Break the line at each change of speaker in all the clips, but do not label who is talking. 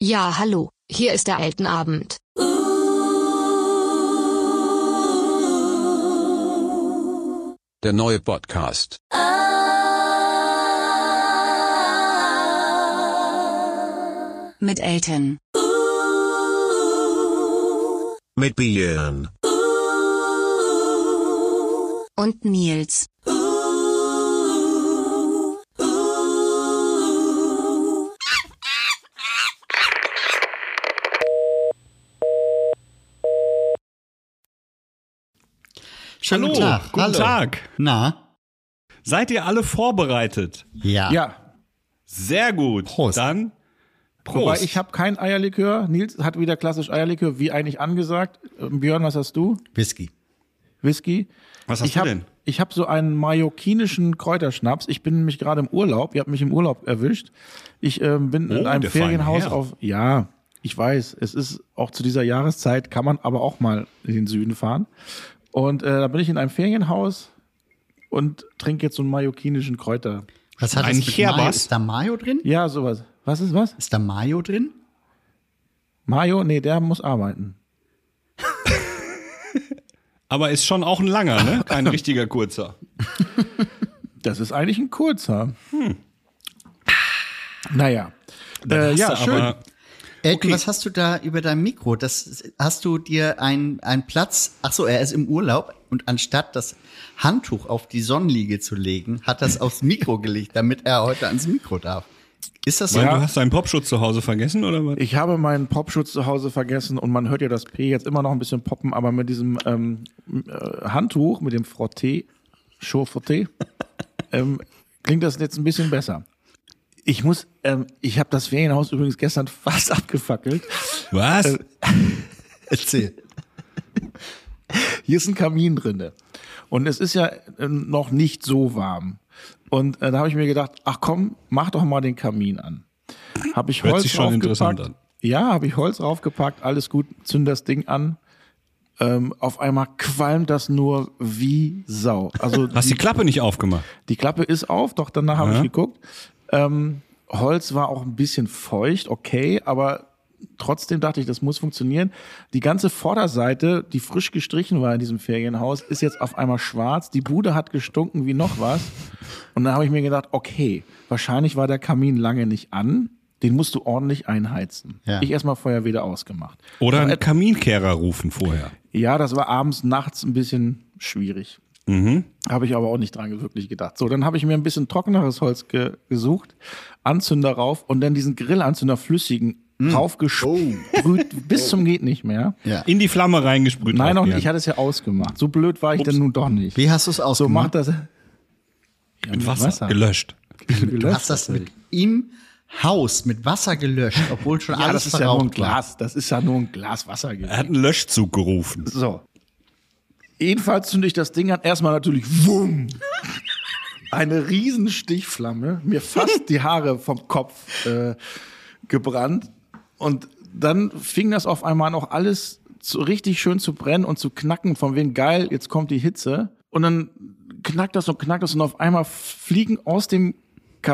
Ja, hallo, hier ist der Eltenabend.
Der neue Podcast.
Mit Eltern.
Mit Björn.
Und Nils.
Schönen
Hallo,
guten Tag.
guten
Hallo.
Tag.
Na,
Seid ihr alle vorbereitet?
ja.
Ja,
Sehr gut.
Prost.
Dann
wobei
Prost.
ich habe kein Eierlikör. Nils hat wieder klassisch Eierlikör, wie eigentlich angesagt. Ähm, Björn, was hast du?
Whisky.
Whisky?
Was hast
ich
du
hab,
denn?
Ich habe so einen mallorquinischen Kräuterschnaps. Ich bin nämlich gerade im Urlaub. Ihr habt mich im Urlaub erwischt. Ich ähm, bin in
Oh,
einem
der feine
Ferienhaus
Herr.
auf. Ja, ich weiß. Es ist auch zu dieser Jahreszeit kann man aber auch mal in den Süden fahren. Und äh, da bin ich in einem Ferienhaus und trinke jetzt so einen mallorquinischen Kräuter.
Was hat
Ein
das mit
Cherbas.
Mayo? Ist da Mayo drin?
Ja, sowas. Was ist was?
Ist da Mayo drin?
Mayo? Nee, der muss arbeiten.
Aber ist schon auch ein langer, ne? Kein richtiger kurzer.
Äh, Das ist eigentlich ein kurzer. Naja.
Hm. Dann
Äh,
hast
ja,
du
schön.
aber-
Elton,
Okay.
was hast du da über dein Mikro? Das hast du dir einen einen Platz. Ach so, er ist im Urlaub und anstatt das Handtuch auf die Sonnenliege zu legen, hat das aufs Mikro gelegt, damit er heute ans Mikro darf. Ist das so?
Weil
Ja.
du hast deinen Popschutz zu Hause vergessen oder was?
Ich habe meinen Popschutz zu Hause vergessen und man hört ja das P jetzt immer noch ein bisschen poppen, aber mit diesem ähm, äh, Handtuch, mit dem Frotté, Chauffoté, ähm, klingt das jetzt ein bisschen besser. Ich muss, ähm, ich habe das Ferienhaus übrigens gestern fast abgefackelt. äh,
Was?
Erzähl.
Hier ist ein Kamin drinne. Und es ist ja ähm, noch nicht so warm. Und äh, da habe ich mir gedacht, ach komm, mach doch mal den Kamin an. Habe ich
Hört
Holz
sich schon interessant
raufgepackt.
an.
Ja, habe ich Holz raufgepackt, alles gut, zünd das Ding an. Ähm, auf einmal qualmt das nur wie Sau. Also
Hast die Klappe nicht aufgemacht?
die Klappe ist auf, doch danach habe
Ja.
ich geguckt. Ähm, Holz war auch ein bisschen feucht, okay, aber trotzdem dachte ich, das muss funktionieren. Die ganze Vorderseite, die frisch gestrichen war in diesem Ferienhaus, ist jetzt auf einmal schwarz. Die Bude hat gestunken wie noch was. Und dann habe ich mir gedacht, okay, wahrscheinlich war der Kamin lange nicht an. Den musst du ordentlich einheizen.
Ja.
Ich erstmal Feuer wieder ausgemacht.
Oder
äh,
einen Kaminkehrer rufen vorher.
Ja, das war abends, nachts ein bisschen schwierig.
Mhm.
Habe ich aber auch nicht dran wirklich gedacht. So, dann habe ich mir ein bisschen trockeneres Holz ge gesucht, Anzünder rauf und dann diesen Grillanzünder flüssigen raufgesprüht bis zum geht nicht mehr.
Ja.
In die Flamme reingesprüht.
Nein, noch
Björn.
nicht. Ich hatte es ja ausgemacht. So blöd war ich denn nun doch nicht.
Wie hast du es ausgemacht?
So macht das. Ja,
Mit Wasser. Gelöscht.
Du hast das mit im Haus mit Wasser gelöscht, obwohl schon
Ja,
alles
das ist ja
verraucht
nur ein
war.
Glas. Das ist ja nur ein Glas Wasser gewesen.
Er hat einen Löschzug gerufen.
So. Jedenfalls zünde ich das Ding an. Erstmal natürlich wumm. Eine riesen Stichflamme, mir fast die Haare vom Kopf äh, gebrannt. Und dann fing das auf einmal an, auch alles zu, richtig schön zu brennen und zu knacken, von wegen geil, jetzt kommt die Hitze. Und dann knackt das und knackt das und auf einmal fliegen aus dem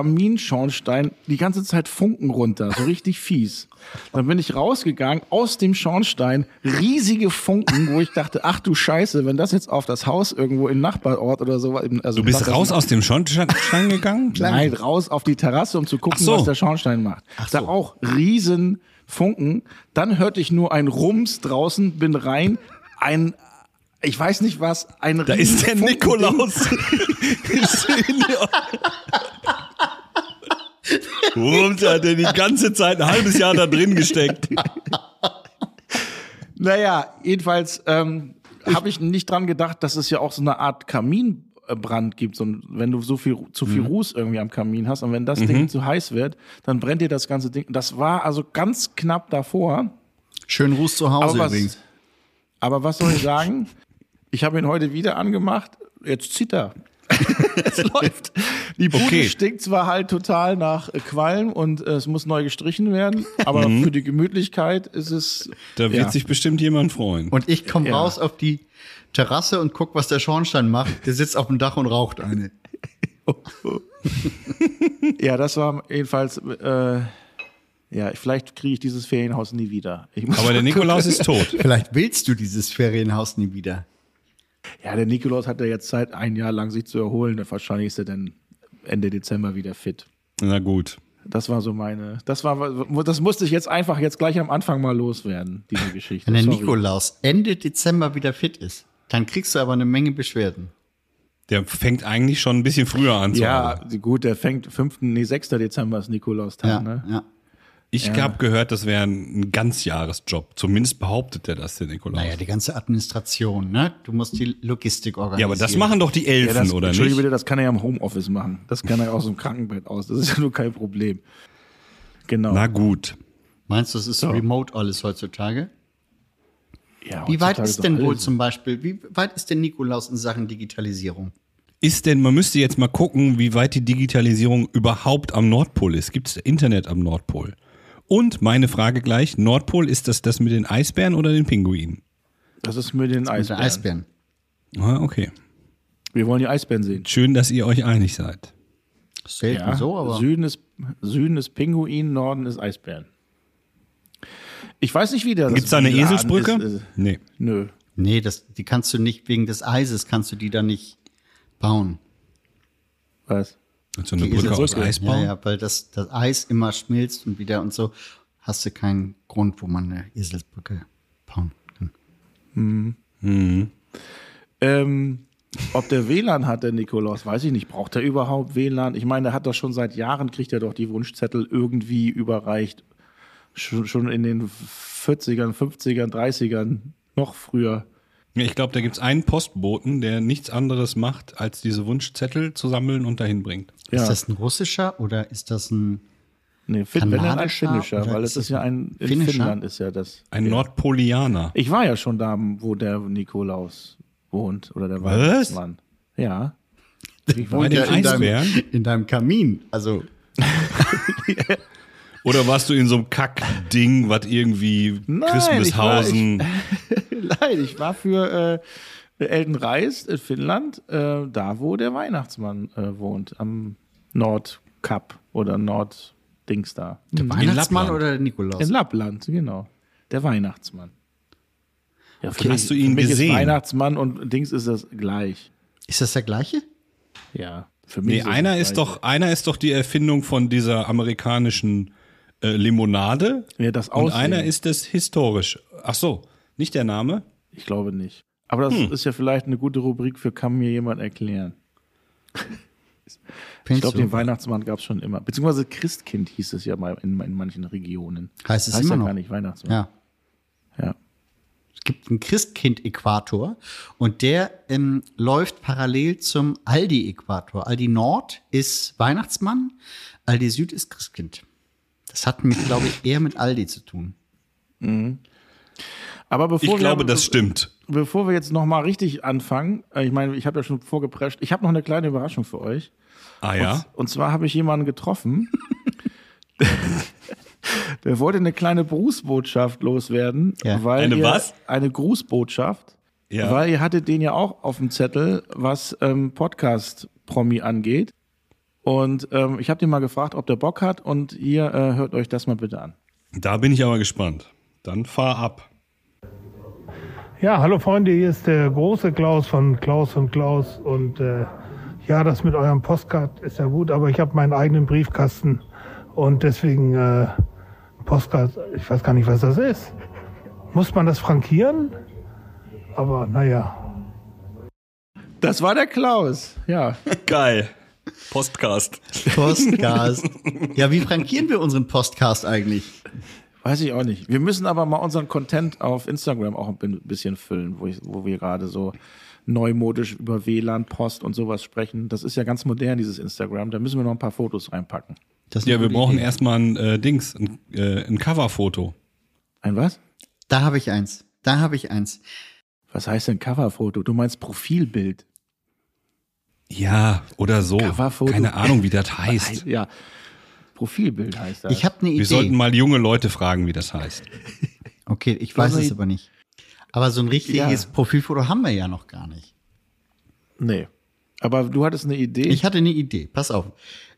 Kaminschornstein die ganze Zeit Funken runter, so richtig fies. Dann bin ich rausgegangen aus dem Schornstein, riesige Funken, wo ich dachte, ach du Scheiße, wenn das jetzt auf das Haus irgendwo im Nachbarort oder so, im- also
Du bist
das-
raus aus dem Schornstein gegangen?
Nein, raus auf die Terrasse, um zu gucken,
Ach so.
was der Schornstein macht. Da auch riesen Funken. Dann hörte ich nur ein Rums draußen, bin rein, ein, ich weiß nicht was, ein
Da ist der Nikolaus. Wumms hat er die ganze Zeit ein halbes Jahr da drin gesteckt.
Naja, jedenfalls ähm, habe ich nicht dran gedacht, dass es ja auch so eine Art Kaminbrand gibt. So, ein- wenn du so viel, zu
Mhm.
viel Ruß irgendwie am Kamin hast und wenn das Ding zu heiß wird, dann brennt dir das ganze Ding. Das war also ganz knapp davor.
Schön Ruß zu
Also
Hause
Aber was,
übrigens.
aber was soll ich sagen? Ich habe ihn heute wieder angemacht. Jetzt zieht er. es läuft. Die Bude
Okay.
stinkt zwar halt total nach äh, Qualm und äh, es muss neu gestrichen werden, aber
Mhm.
für die Gemütlichkeit ist es.
Da wird
ja.
sich bestimmt jemand freuen.
Und ich komme
Ja.
raus auf die Terrasse und guck, was der Schornstein macht. Der sitzt auf dem Dach und raucht eine.
Ja, das war jedenfalls. Äh, Ja, vielleicht kriege ich dieses Ferienhaus nie wieder. Ich muss
Aber der
mal gucken.
Nikolaus ist tot.
Vielleicht willst du dieses Ferienhaus nie wieder.
Ja, der Nikolaus hat ja jetzt Zeit, ein Jahr lang sich zu erholen. Wahrscheinlich ist er dann Ende Dezember wieder fit.
Na gut.
Das war so meine. Das war, das musste ich jetzt einfach jetzt gleich am Anfang mal loswerden, diese Geschichte.
Wenn der
Sorry.
Nikolaus Ende Dezember wieder fit ist, dann kriegst du aber eine Menge Beschwerden.
Der fängt eigentlich schon ein bisschen früher an zu
Ja,
arbeiten.
gut, der fängt 5. Nee, 6. Dezember ist Nikolaustag,
Ja,
ne?
ja.
Ich habe gehört, das wäre ein Ganzjahresjob. Zumindest behauptet er das, der Nikolaus.
Naja, die ganze Administration, ne? Du musst die Logistik organisieren.
ja, aber das machen doch die Elfen,
Ja, das,
oder
Entschuldige
nicht?
bitte, das kann er ja im Homeoffice machen. Das kann er aus dem Krankenbett aus. Das ist ja nur kein Problem. Genau.
Na gut.
Meinst du, das ist so. remote alles heutzutage?
ja,
Wie weit
heutzutage
ist denn
doch
wohl
alles-
zum Beispiel, wie weit ist denn Nikolaus in Sachen Digitalisierung?
Ist denn, man müsste jetzt mal gucken, wie weit die Digitalisierung überhaupt am Nordpol ist. Gibt es Internet am Nordpol? Und meine Frage gleich, Nordpol, ist das das mit den Eisbären oder den Pinguinen?
Das ist mit den
Mit den
Eisbären.
Eisbären.
Ah, okay.
Wir wollen die Eisbären sehen.
Schön, dass ihr euch einig seid.
Selten
Ja.
so, aber.
Süden, ist, Süden ist Pinguin, Norden ist Eisbären. Ich weiß nicht, wie der.
Gibt es da eine
wie der Laden
Eselsbrücke?
Ist, äh, ist,
nee.
nö.
Nee, das, die kannst du nicht, wegen des Eises kannst du die da nicht bauen.
Was?
Also eine
Die
Brücke aus
Eselsbrücke.
Eis bauen?
Ja, ja, weil das, das Eis immer schmilzt und wieder und so. Hast du keinen Grund, wo man eine Eselsbrücke bauen kann.
Ähm, ob der WLAN hat, der Nikolaus, weiß ich nicht. Braucht er überhaupt WLAN? Ich meine, er hat doch schon seit Jahren, kriegt er doch die Wunschzettel irgendwie überreicht. Schon, schon in den 40ern, 50ern, 30ern, noch früher.
Ja, Ich glaube, da gibt's einen Postboten, der nichts anderes macht, als diese Wunschzettel zu sammeln und dahin bringt.
Ja.
Ist das ein russischer oder ist das ein.
nee, fin wenn dann ein
kanadischer
finnischer,
oder
weil
ist
es ist
es
ja
ein
ein, in
finnischer?
Finnland ist ja das.
Ein Nordpolianer.
Ich war ja schon da, wo der Nikolaus wohnt oder der
Was?
Weihnachtsmann. Ja. Ich war,
Bei den
in, deinem,
Eisbären?
in deinem Kamin. Also,
Oder warst du in so einem Kackding, was irgendwie
Nein,
Christmashausen.
Nein, ich war für äh, Elden Reis in Finnland, äh, da wo der Weihnachtsmann äh, wohnt, am Nordkap oder Norddings da.
der Weihnachtsmann
Lappland.
oder der Nikolaus?
In Lappland, genau. Der Weihnachtsmann. Ja, für
Okay, hast du ihn
für mich
gesehen?
Ist Weihnachtsmann und Dings ist das gleich.
Ist das der gleiche?
Ja, für mich.
Nee,
das
einer
das
ist
Gleiche.
doch, einer ist doch die Erfindung von dieser amerikanischen äh, Limonade.
Ja, das
und
Aussehen.
einer ist das historisch. Ach so, nicht der Name?
Ich glaube nicht. Aber das
Hm.
ist ja vielleicht eine gute Rubrik für Kann mir jemand erklären? Ich
Findest
glaube,
du?
den Weihnachtsmann gab es schon immer. Beziehungsweise Christkind hieß es ja mal in, in manchen Regionen.
Heißt es
heißt
immer
ja
noch.
gar nicht Weihnachtsmann.
Ja.
Ja.
Es gibt einen Christkind-Äquator und der ähm, läuft parallel zum Aldi-Äquator. Aldi Nord ist Weihnachtsmann, Aldi Süd ist Christkind. Das hat mit, glaube ich, eher mit Aldi zu tun.
Aber bevor
Ich
wir,
glaube, das stimmt.
Bevor wir jetzt nochmal richtig anfangen, äh, ich meine, ich habe ja schon vorgeprescht, ich habe noch eine kleine Überraschung für euch.
Ah ja.
Und zwar habe ich jemanden getroffen, der wollte eine kleine Grußbotschaft loswerden.
Ja.
Weil
Eine
ihr,
was?
Eine Grußbotschaft.
Ja.
Weil ihr hattet den ja auch auf dem Zettel, was ähm, Podcast-Promi angeht. Und ähm, ich habe den mal gefragt, ob der Bock hat. Und ihr äh, hört euch das mal bitte an.
Da bin ich aber gespannt. Dann fahr ab.
Ja, hallo Freunde, hier ist der große Klaus von Klaus und Klaus und äh, ja, das mit eurem Postcard ist ja gut, aber ich habe meinen eigenen Briefkasten und deswegen äh, Postcard, ich weiß gar nicht, was das ist. Muss man das frankieren? Aber naja,
Das war der Klaus. Ja.
Geil. Postcast.
Postcast. ja, wie frankieren wir unseren Postcast eigentlich?
Weiß ich auch nicht. Wir müssen aber mal unseren Content auf Instagram auch ein bin- bisschen füllen, wo, ich, wo wir gerade so neumodisch über WLAN, Post und sowas sprechen. Das ist ja ganz modern, dieses Instagram. Da müssen wir noch ein paar Fotos reinpacken.
Das ist eine
Ja, wir
gute
brauchen
Idee.
erstmal ein äh, Dings, ein, äh, ein Coverfoto.
Ein was?
Da habe ich eins. Da habe ich eins.
Was heißt denn Coverfoto? Du meinst Profilbild.
Ja, oder so.
Coverfoto.
Keine Ahnung, wie das heißt.
Ja. Profilbild heißt das.
Ich habe eine Idee.
Wir sollten mal junge Leute fragen, wie das heißt.
okay, ich weiß
Also
es
ich-
aber nicht. Aber so ein richtiges
Ja.
Profilfoto haben wir ja noch gar nicht.
nee. Aber du hattest eine Idee.
Ich hatte eine Idee. Pass auf.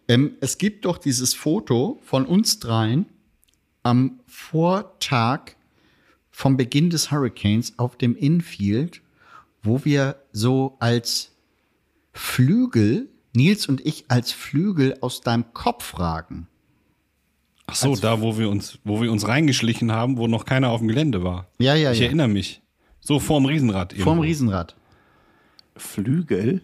Ähm, es gibt doch dieses Foto von uns dreien, am Vortag vom Beginn des Hurricanes auf dem Infield, wo wir so als Flügel, Nils und ich als Flügel aus deinem Kopf fragen.
Ach so, da wo wir uns, wo wir uns reingeschlichen haben, wo noch keiner auf dem Gelände war.
Ja, ja,
ich
ja.
erinnere mich. So vorm Riesenrad eben.
Vorm Riesenrad.
Flügel?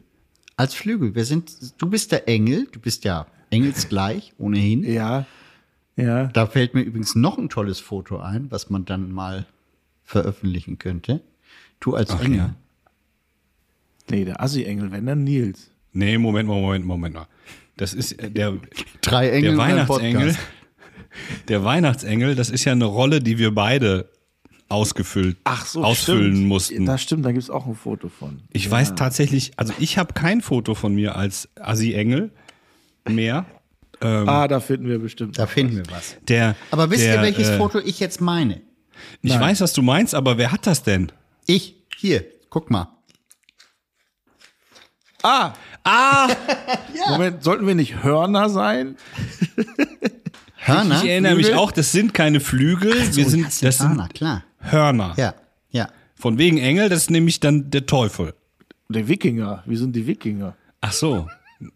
Als Flügel. Wir sind, du bist der Engel, du bist ja engelsgleich, ohnehin.
Ja. Ja.
Da fällt mir übrigens noch ein tolles Foto ein, was man dann mal veröffentlichen könnte. Du als Engel.
ja.
Nee, der Assi-Engel, wenn dann Nils.
Nee, Moment mal, Moment, Moment mal. Das ist äh, der,
Drei
der
Engel und ein
Weihnachtsengel.
Podcast.
Der Weihnachtsengel, das ist ja eine Rolle, die wir beide ausgefüllt, ausfüllen
stimmt.
mussten.
Das stimmt, da gibt es auch ein Foto von.
Ich weiß tatsächlich, also ich habe kein Foto von mir als Assi-Engel mehr. Ähm,
Ah, da finden wir bestimmt.
Da finden wir was.
der,
Aber wisst
der,
ihr, welches
äh,
Foto ich jetzt meine?
Ich weiß, was du meinst, aber wer hat das denn?
Ich, hier, guck mal.
Ah! Ah! Moment, sollten wir nicht Hörner sein?
Hörner?
Ich erinnere mich auch, das sind keine Flügel, wir
sind,
sind,
das
das sind
sind Hörner, klar.
Hörner.
Ja, ja.
Von wegen Engel, das ist nämlich dann der Teufel.
Der Wikinger. Wir sind die Wikinger.
Ach so.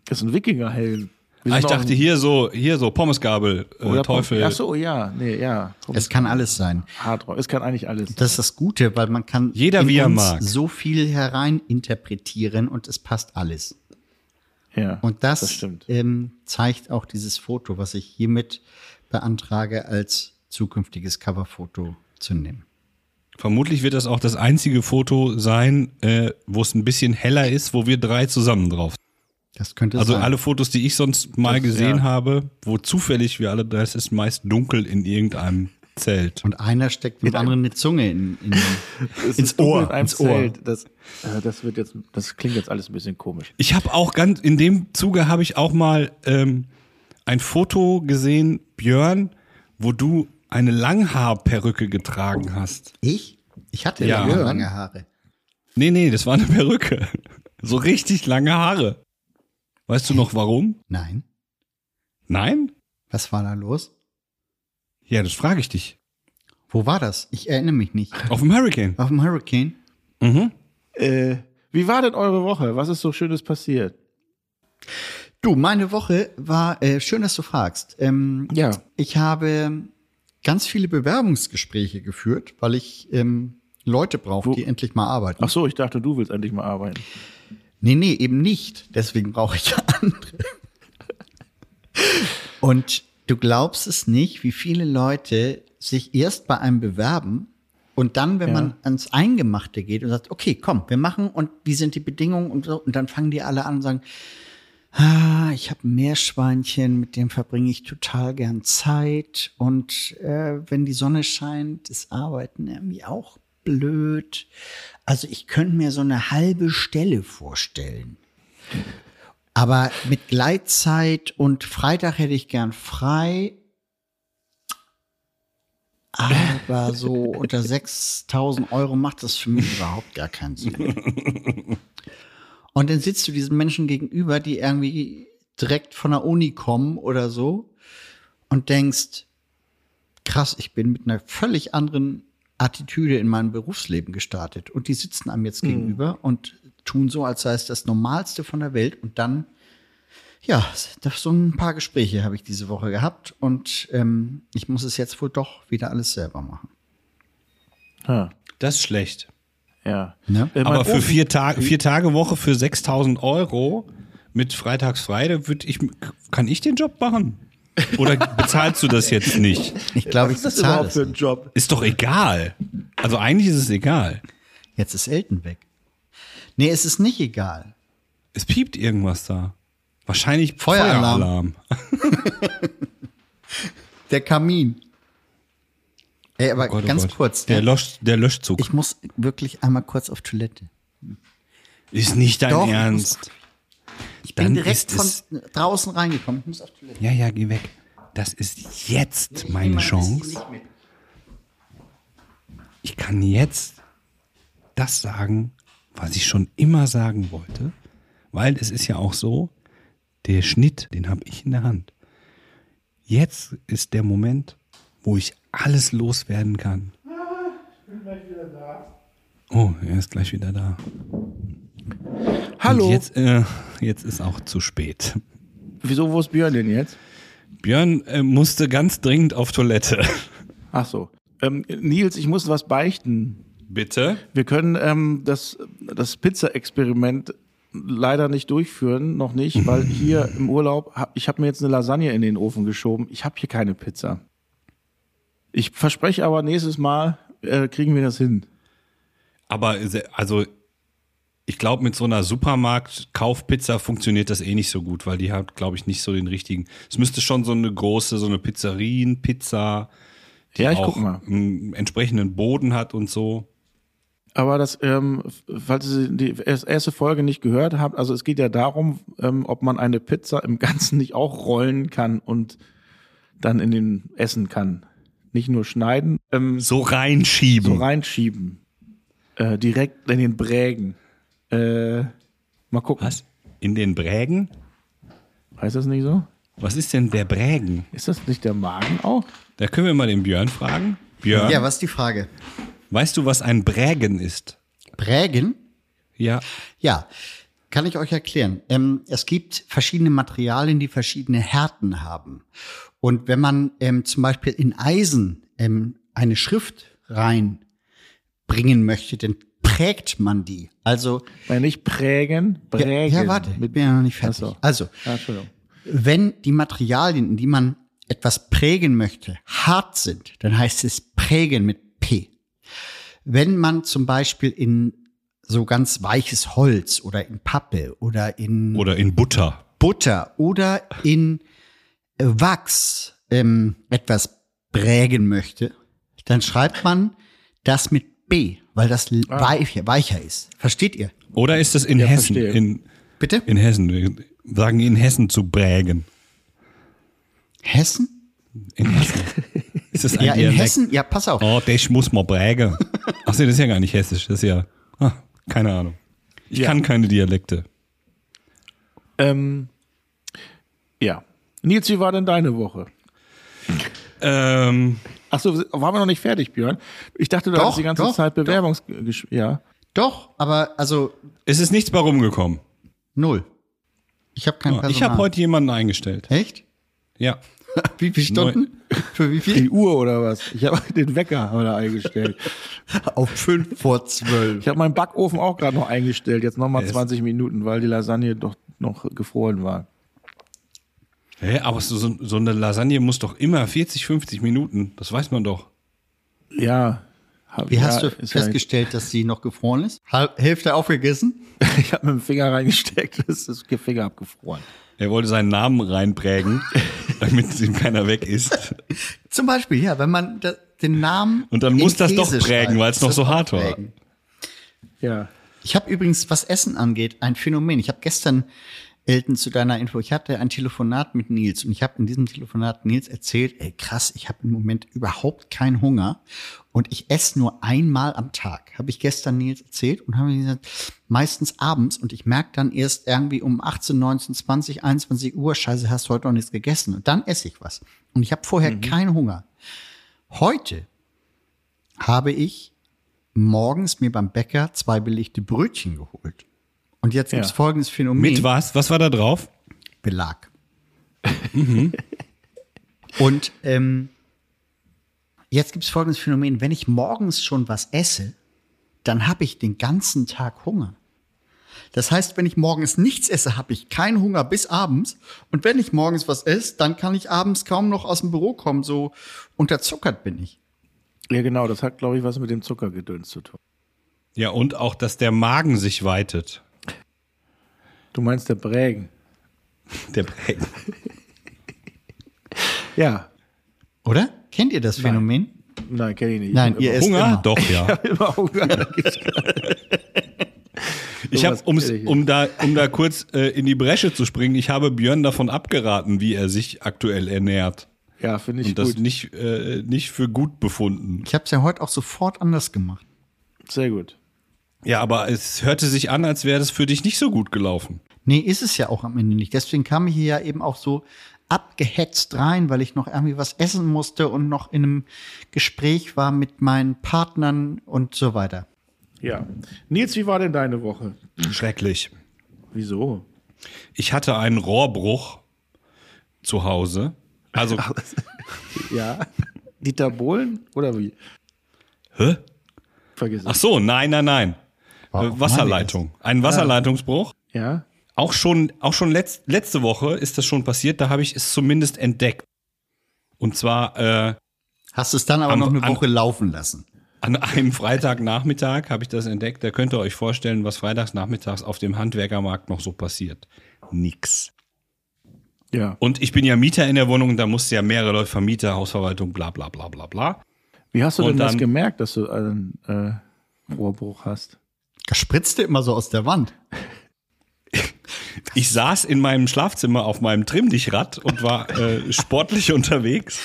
Das ist ein Wikingerhelm. Wir
Ah,
sind
ich
auch
dachte
ein-
hier so, hier so Pommesgabel, äh,
oder
Teufel.
Ach so, oh ja. Nee, ja. Komm,
Es kann alles sein.
Hardrock. Es kann eigentlich alles.
Das ist das Gute, weil man kann
Jeder,
in
wie er
uns
mag.
so viel hereininterpretieren und es passt alles.
Ja.
Und das,
Das stimmt.
Ähm, zeigt auch dieses Foto, was ich hiermit beantrage, als zukünftiges Coverfoto zu nehmen.
Vermutlich wird das auch das einzige Foto sein, äh, wo es ein bisschen heller ist, wo wir drei zusammen drauf sind.
Das könnte
Also
sein.
alle Fotos, die ich sonst mal gesehen
ja.
habe, wo zufällig wir alle, das ist meist dunkel in irgendeinem Zelt.
und einer steckt dem anderen eine Zunge in, in ins
Dunkel
Ohr.
in einem
Ins Ohr.
Zelt. Das, äh, das wird jetzt, das klingt jetzt alles ein bisschen komisch.
Ich habe auch ganz, in dem Zuge habe ich auch mal ähm, ein Foto gesehen, Björn, wo du eine Langhaarperücke getragen hast.
Ich? Ich hatte
Ja.
ja. lange Haare.
Nee, nee, das war eine Perücke. So richtig lange Haare. Weißt du noch warum?
Nein.
Nein?
Was war da los?
Ja, das frage ich dich.
Wo war das? Ich erinnere mich nicht.
Auf dem Hurricane.
Auf dem Hurricane?
Mhm.
Äh, wie war denn eure Woche? Was ist so Schönes passiert?
Du, meine Woche war, äh, schön, dass du fragst. Ähm,
Ja.
Ich habe ganz viele Bewerbungsgespräche geführt, weil ich ähm, Leute brauche, die endlich mal arbeiten.
Ach so, ich dachte, du willst endlich mal arbeiten.
Nee, nee, eben nicht. Deswegen brauche ich ja andere. Und du glaubst es nicht, wie viele Leute sich erst bei einem bewerben und dann, wenn
Ja.
man ans Eingemachte geht und sagt, okay, komm, wir machen und wie sind die Bedingungen und so, und dann fangen die alle an und sagen, ah, ich habe ein Meerschweinchen, mit dem verbringe ich total gern Zeit und äh, wenn die Sonne scheint, ist Arbeiten irgendwie auch blöd. Also ich könnte mir so eine halbe Stelle vorstellen. Aber mit Gleitzeit und Freitag hätte ich gern frei. Aber so unter 6000 Euro macht das für mich überhaupt gar keinen Sinn. Und dann sitzt du diesen Menschen gegenüber, die irgendwie direkt von der Uni kommen oder so und denkst, krass, ich bin mit einer völlig anderen Attitüde in meinem Berufsleben gestartet. Und die sitzen einem
Mhm.
jetzt gegenüber und tun so, als sei es das Normalste von der Welt. Und dann, ja, das- so ein paar Gespräche habe ich diese Woche gehabt. Und ähm, ich muss es jetzt wohl doch wieder alles selber machen.
Ha,
Das ist schlecht.
ja.
Ne?
Äh, mein
Aber für
Ofen-
vier Tage, vier Tage Woche für 6000 Euro mit Freitagsfrei, da würd ich, kann ich den Job machen? Oder bezahlst du das jetzt nicht?
Ich glaube, ich
Was ist das
bezahle
überhaupt
es
für ein
nicht.
Job?
Ist doch egal. Also eigentlich ist es egal.
Jetzt ist Elton weg. Nee, es ist nicht egal.
Es piept irgendwas da. Wahrscheinlich Feueralarm.
Feueralarm. Der Kamin. Ey, aber
Oh Gott, oh
ganz
Gott.
kurz.
Der,
ne?
Lösch, der Löschzug.
ich muss wirklich einmal kurz auf Toilette.
ist nicht dein
Doch, ich muss-
Ernst.
Ich
Dann
bin
ist
direkt
es-
von draußen reingekommen. Ich muss auf Toilette.
Ja, ja, geh weg. Das ist jetzt meine Chance. Ich kann jetzt das sagen, was ich schon immer sagen wollte, weil es ist ja auch so, der Schnitt, den habe ich in der Hand. Jetzt ist der Moment, wo ich alles loswerden kann. Oh, er ist gleich wieder da.
Hallo.
Und jetzt, äh, jetzt ist auch zu spät.
Wieso, wo ist Björn denn jetzt?
Björn äh, musste ganz dringend auf Toilette.
Ach so. Ähm, Nils, ich muss was beichten.
Bitte?
Wir können ähm, das, das Pizza-Experiment leider nicht durchführen, noch nicht, weil hier im Urlaub, hab, ich habe mir jetzt eine Lasagne in den Ofen geschoben. Ich habe hier keine Pizza. Ich verspreche aber, nächstes Mal äh, kriegen wir das hin.
Aber se- also, ich glaube, mit so einer Supermarkt-Kaufpizza funktioniert das eh nicht so gut, weil die hat, glaube ich, nicht so den richtigen. Es müsste schon so eine große, so eine Pizzerien-Pizza, die
Ja, ich
auch
guck mal.
einen entsprechenden Boden hat und so.
Aber das, ähm, falls ihr die erste Folge nicht gehört habt, also es geht ja darum, ähm, ob man eine Pizza im Ganzen nicht auch rollen kann und dann in den Essen kann. Nicht nur schneiden, ähm,
So reinschieben.
so reinschieben. Äh, direkt in den Brägen. Äh, mal gucken.
Was? In den Brägen?
Heißt das nicht so?
Was ist denn der Brägen?
Ist das nicht der Magen auch?
Da können wir mal den Björn fragen. Björn,
Ja, was ist die Frage?
weißt du, was ein Brägen ist?
Prägen?
Ja.
Ja, kann ich euch erklären. Ähm, es gibt verschiedene Materialien, die verschiedene Härten haben. Und wenn man ähm, zum Beispiel in Eisen ähm, eine Schrift reinbringen möchte, dann prägt man die. Also,
Nein, nicht prägen, prägen.
ja, ja, warte, ich
Mit,
bin ja noch nicht fertig.
Ach so.
Also,
ah, Entschuldigung.
wenn die Materialien, in die man etwas prägen möchte, hart sind, dann heißt es prägen mit P. Wenn man zum Beispiel in so ganz weiches Holz oder in Pappe oder in
Oder in Butter.
Butter oder in äh, Wachs ähm, etwas prägen möchte, dann schreibt man das mit B, weil das l-
Ah.
weicher, weicher ist. Versteht ihr?
Oder ist das in Hessen?
verstehe.
In,
Bitte?
in Hessen. Wir sagen in Hessen zu Brägen.
Hessen?
In Hessen. ist das ein
Ja, in
Dialekt?
Hessen? Ja, pass auf.
Oh, das muss man prägen. Achso, das ist ja gar nicht hessisch. Das ist ja. Ah, keine Ahnung. Ich
Ja.
kann keine Dialekte.
Ähm, ja. Nils, wie war denn deine Woche?
Ähm,
Achso, waren wir noch nicht fertig, Björn? Ich dachte, du hattest die ganze
doch,
Zeit Bewerbungs... gesch- Ja.
Doch, aber also
es ist nichts bei rumgekommen.
null. Ich habe kein Personal.
Ich habe heute jemanden eingestellt.
Echt?
Ja.
Wie viele Stunden? Für wie viel?
Die Uhr oder was? Ich habe den Wecker heute eingestellt.
Auf fünf vor zwölf.
Ich habe meinen Backofen auch gerade noch eingestellt. Jetzt nochmal 20 Minuten, weil die Lasagne doch noch gefroren war.
Hä, aber so, so so eine Lasagne muss doch immer 40, 50 Minuten. Das weiß man doch.
Ja. Hab-
Wie
ja,
hast du
ist ja-
festgestellt, dass sie noch gefroren ist? Halb, Hälfte aufgegessen?
Ich habe mit dem Finger reingesteckt, es ist der Finger abgefroren.
Er wollte seinen Namen reinprägen, damit ihm keiner weg ist.
Zum Beispiel, ja, wenn man da, den Namen.
Und dann
in
muss das doch
Käse
prägen,
schreibt,
weil es
muss
noch so
das
hart war.
prägen.
Ja.
Ich habe übrigens, was Essen angeht, ein Phänomen. Ich habe gestern, Elton, zu deiner Info, ich hatte ein Telefonat mit Nils und ich habe in diesem Telefonat Nils erzählt, ey krass, ich habe im Moment überhaupt keinen Hunger und ich esse nur einmal am Tag. Habe ich gestern Nils erzählt und habe gesagt, meistens abends und ich merke dann erst irgendwie um 18, 19, 20, 21 Uhr, scheiße, hast heute noch nichts gegessen und dann esse ich was. Und ich habe vorher keinen Hunger. Heute habe ich morgens mir beim Bäcker zwei belegte Brötchen geholt. Und jetzt gibt's
Ja.
folgendes Phänomen.
Mit was? Was war da drauf?
Belag. Und ähm, jetzt gibt's folgendes Phänomen. Wenn ich morgens schon was esse, dann habe ich den ganzen Tag Hunger. Das heißt, wenn ich morgens nichts esse, habe ich keinen Hunger bis abends. Und wenn ich morgens was esse, dann kann ich abends kaum noch aus dem Büro kommen. So unterzuckert bin ich.
Ja, genau, das hat, glaube ich, was mit dem Zuckergedöns zu tun.
Ja, und auch, dass der Magen sich weitet.
Du meinst der Prägen.
Der Prägen.
Ja.
Oder? Kennt ihr das Phänomen?
Nein, kenne ich nicht.
Nein, ihr esst
Hunger?
immer.
Doch, ja.
Immer Hunger.
Ich habe,
Sowas
um's,
kenn ich.
um, da, um da kurz äh, in die Bresche zu springen, ich habe Björn davon abgeraten, wie er sich aktuell ernährt.
Ja, finde ich
Und das
gut.
nicht, äh, nicht für gut befunden.
Ich habe es ja heute auch sofort anders gemacht.
Sehr gut.
Ja, aber es hörte sich an, als wäre das für dich nicht so gut gelaufen.
Nee, ist es ja auch am Ende nicht. Deswegen kam ich hier ja eben auch so abgehetzt rein, weil ich noch irgendwie was essen musste und noch in einem Gespräch war mit meinen Partnern und so weiter.
Ja. Nils, wie war denn deine Woche?
Schrecklich.
Wieso?
Ich hatte einen Rohrbruch zu Hause. Also,
Ja. Dieter Bohlen oder wie?
hä?
Vergiss es.
Ach so, nein, nein, nein.
Warum
Äh, Wasserleitung. Ein Wasserleitungsbruch.
Ja.
Auch schon, auch schon letzt, letzte Woche ist das schon passiert. Da habe ich es zumindest entdeckt. Und zwar äh,
Hast es dann aber
An-
noch eine
an-
Woche laufen lassen.
An einem Freitagnachmittag habe ich das entdeckt. Da könnt ihr euch vorstellen, was freitagsnachmittags auf dem Handwerkermarkt noch so passiert. Nix.
Ja.
Und ich bin ja Mieter in der Wohnung, da musste ja mehrere Leute Vermieter, Hausverwaltung, bla bla bla bla bla.
Wie hast du
Und
denn das
dann-
gemerkt, dass du einen äh, Rohrbruch hast?
Das spritzte immer so aus der Wand.
Ich saß in meinem Schlafzimmer auf meinem Trimmdichrad und war äh, sportlich unterwegs.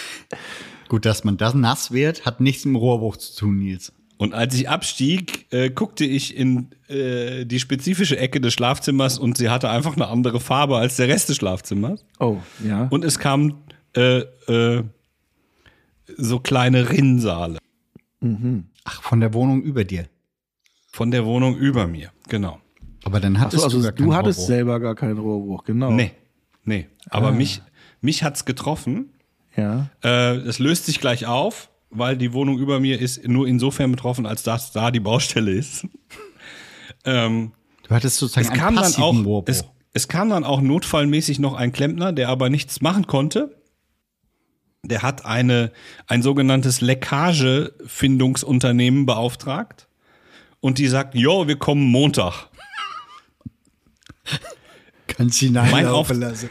Gut, dass man das nass wird, hat nichts mit dem Rohrbruch zu tun, Nils.
Und als ich abstieg, äh, guckte ich in äh, die spezifische Ecke des Schlafzimmers und sie hatte einfach eine andere Farbe als der Rest des Schlafzimmers.
Oh, ja.
Und es kamen äh, äh, so kleine Rinnsale
Ach, von der Wohnung über dir.
von der Wohnung über mir. Genau.
Aber dann hattest
Achso,
du
also du,
gar keinen
hattest
Rohrbruch.
selber gar keinen Rohrbruch, genau.
Nee, nee. Aber mich, mich hat's getroffen.
Ja.
Äh, es löst sich gleich auf, weil die Wohnung über mir ist nur insofern betroffen, als dass da die Baustelle ist. ähm,
Du hattest sozusagen
es kam
einen
dann
passiven
auch,
Rohrbruch.
es, es kam dann auch notfallmäßig noch ein Klempner, der aber nichts machen konnte. Der hat eine, ein sogenanntes Leckagefindungsunternehmen beauftragt und die sagt, jo, wir kommen Montag.
Kannst du
Mein, Auf,
hineinlaufen lassen.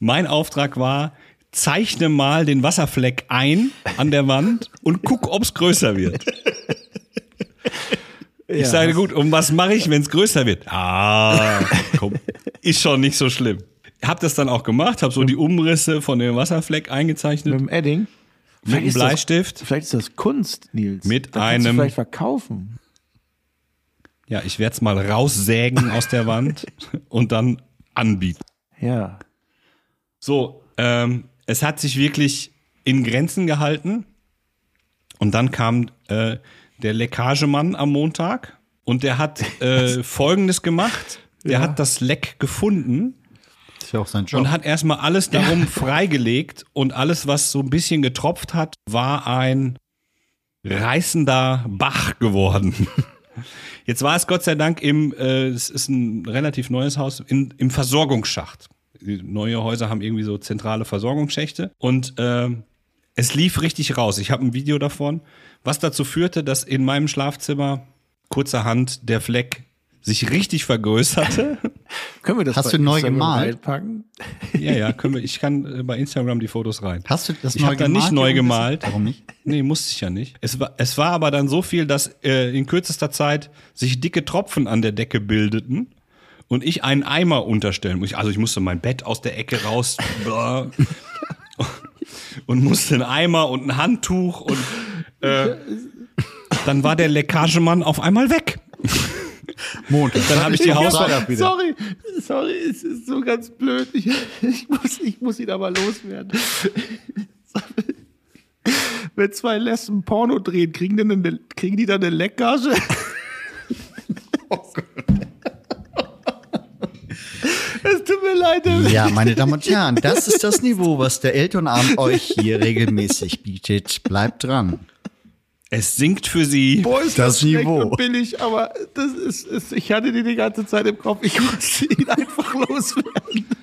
mein Auftrag war, zeichne mal den Wasserfleck ein an der Wand und guck, ob's größer wird. Ich sage, gut, und was mache ich, wenn's größer wird? Ah, komm, ist schon nicht so schlimm. Hab das dann auch gemacht, hab so die Umrisse von dem Wasserfleck eingezeichnet
Mit dem Edding. Vielleicht
einem
ist das-
Bleistift?
Vielleicht ist das Kunst, Nils.
Mit
Da kannst
einem-
Du vielleicht verkaufen.
Ja, ich werde es mal raussägen aus der Wand und dann anbieten.
Ja.
So, ähm, es hat sich wirklich in Grenzen gehalten. Und dann kam äh, der Leckagemann am Montag und der hat äh, Folgendes gemacht. Der hat das Leck gefunden
Ist ja auch sein Job.
und hat erstmal alles darum freigelegt und alles, was so ein bisschen getropft hat, war ein reißender Bach geworden. Jetzt war es Gott sei Dank im, äh, es ist ein relativ neues Haus, in, im Versorgungsschacht. Die Neue Häuser haben irgendwie so zentrale Versorgungsschächte und ähm, es lief richtig raus. Ich habe ein Video davon, was dazu führte, dass in meinem Schlafzimmer kurzerhand der Fleck sich richtig vergrößerte.
Können wir das
Hast
bei
du neu
Instagram
gemalt?
reinpacken?
Ja, ja, können wir, ich kann äh, bei Instagram die Fotos rein.
Hast du das
ich
neu
hab da nicht
gemalt,
neu
Jonas?
gemalt.
Warum nicht?
Nee, musste ich ja nicht. Es war, es war aber dann so viel, dass äh, in kürzester Zeit sich dicke Tropfen an der Decke bildeten und ich einen Eimer unterstellen musste. Also ich musste mein Bett aus der Ecke raus bla, und musste einen Eimer und ein Handtuch und äh, dann war der Leckagemann auf einmal weg.
Montag.
Dann habe ich die Haus
Freitag wieder.
Sorry, sorry, es ist so ganz blöd. Ich, ich, muss, ich muss ihn aber loswerden. Wenn zwei Lesben Porno drehen, kriegen die, eine, kriegen die dann eine Leckgage?
Oh
Es tut mir leid.
Ja, meine Damen und Herren, das ist das Niveau, was der Elternabend euch hier regelmäßig bietet. Bleibt dran.
Es singt für sie.
Boah, ist
Das
schlecht
Niveau.
Und billig, aber das ist, ist, ich hatte den die ganze Zeit im Kopf. Ich muss ihn einfach loswerden.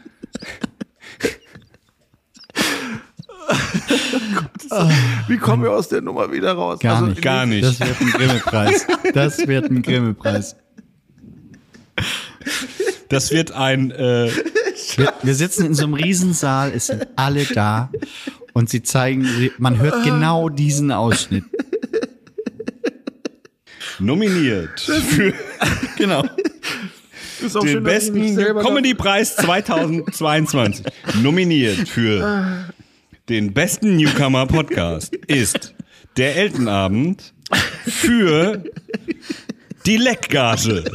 Gott, Wie kommen wir aus der Nummer wieder raus?
Gar
Also,
nicht.
Gar nicht.
Das wird ein Grimme-Preis. Das wird ein Grimme-Preis.
Das wird ein äh,
Wir, wir sitzen in so einem Riesensaal, es sind alle da und sie zeigen, sie- man hört genau diesen Ausschnitt.
nominiert für genau
ist auch
den
schön, dass ich mich
besten
selber
Comedy Preis 2022 nominiert für den besten Newcomer Podcast ist der Eltenabend für die Leckgage.
da-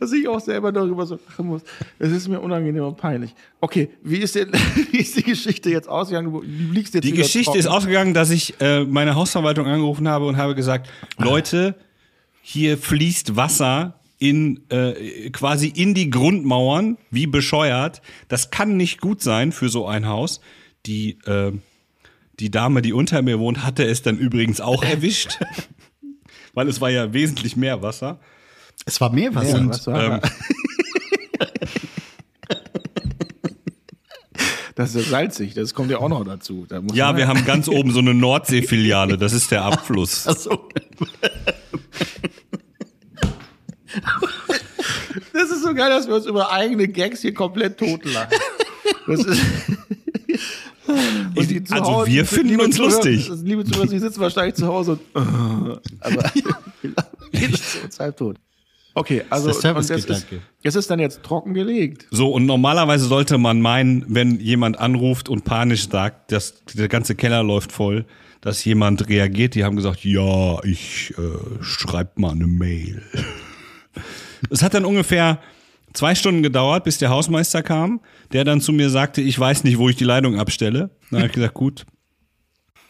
dass ich auch selber darüber so lachen muss. Es ist mir unangenehm und peinlich. Okay, wie ist, denn, wie ist die Geschichte jetzt ausgegangen? Du liegst jetzt
Die
wieder
Geschichte
trocken.
ist ausgegangen, dass ich äh, meine Hausverwaltung angerufen habe und habe gesagt, Leute, hier fließt Wasser in äh, quasi in die Grundmauern, wie bescheuert. Das kann nicht gut sein für so ein Haus. Die äh, die Dame, die unter mir wohnt, hatte es dann übrigens auch erwischt, weil es war ja wesentlich mehr Wasser.
Es war mehr was.
Ja,
Und-
was war da? Das ist ja salzig, das kommt ja auch noch dazu. Da muss
Ja,
man- halt
wir haben ganz oben so eine Nordsee-Filiale. Das ist der Abfluss.
Ach so.
Das ist so geil, dass wir uns über eigene Gags hier komplett totlachen. Das ist Und die zu
also
Hause-
wir
die-
finden
liebe
uns
Zuhörer-
lustig.
Liebe Zuhörer, Sie sitzen wahrscheinlich zu Hause und äh, aber jeder ist uns halb tot. Okay, also
Das ist der
und das ist,
Servicegedanke.
es ist dann jetzt trocken gelegt.
So, und normalerweise sollte man meinen, wenn jemand anruft und panisch sagt, dass der ganze Keller läuft voll, dass jemand reagiert. Die haben gesagt, ja, ich äh, schreib mal eine Mail. Es hat dann ungefähr zwei Stunden gedauert, bis der Hausmeister kam, der dann zu mir sagte, ich weiß nicht, wo ich die Leitung abstelle. Dann habe ich gesagt, gut,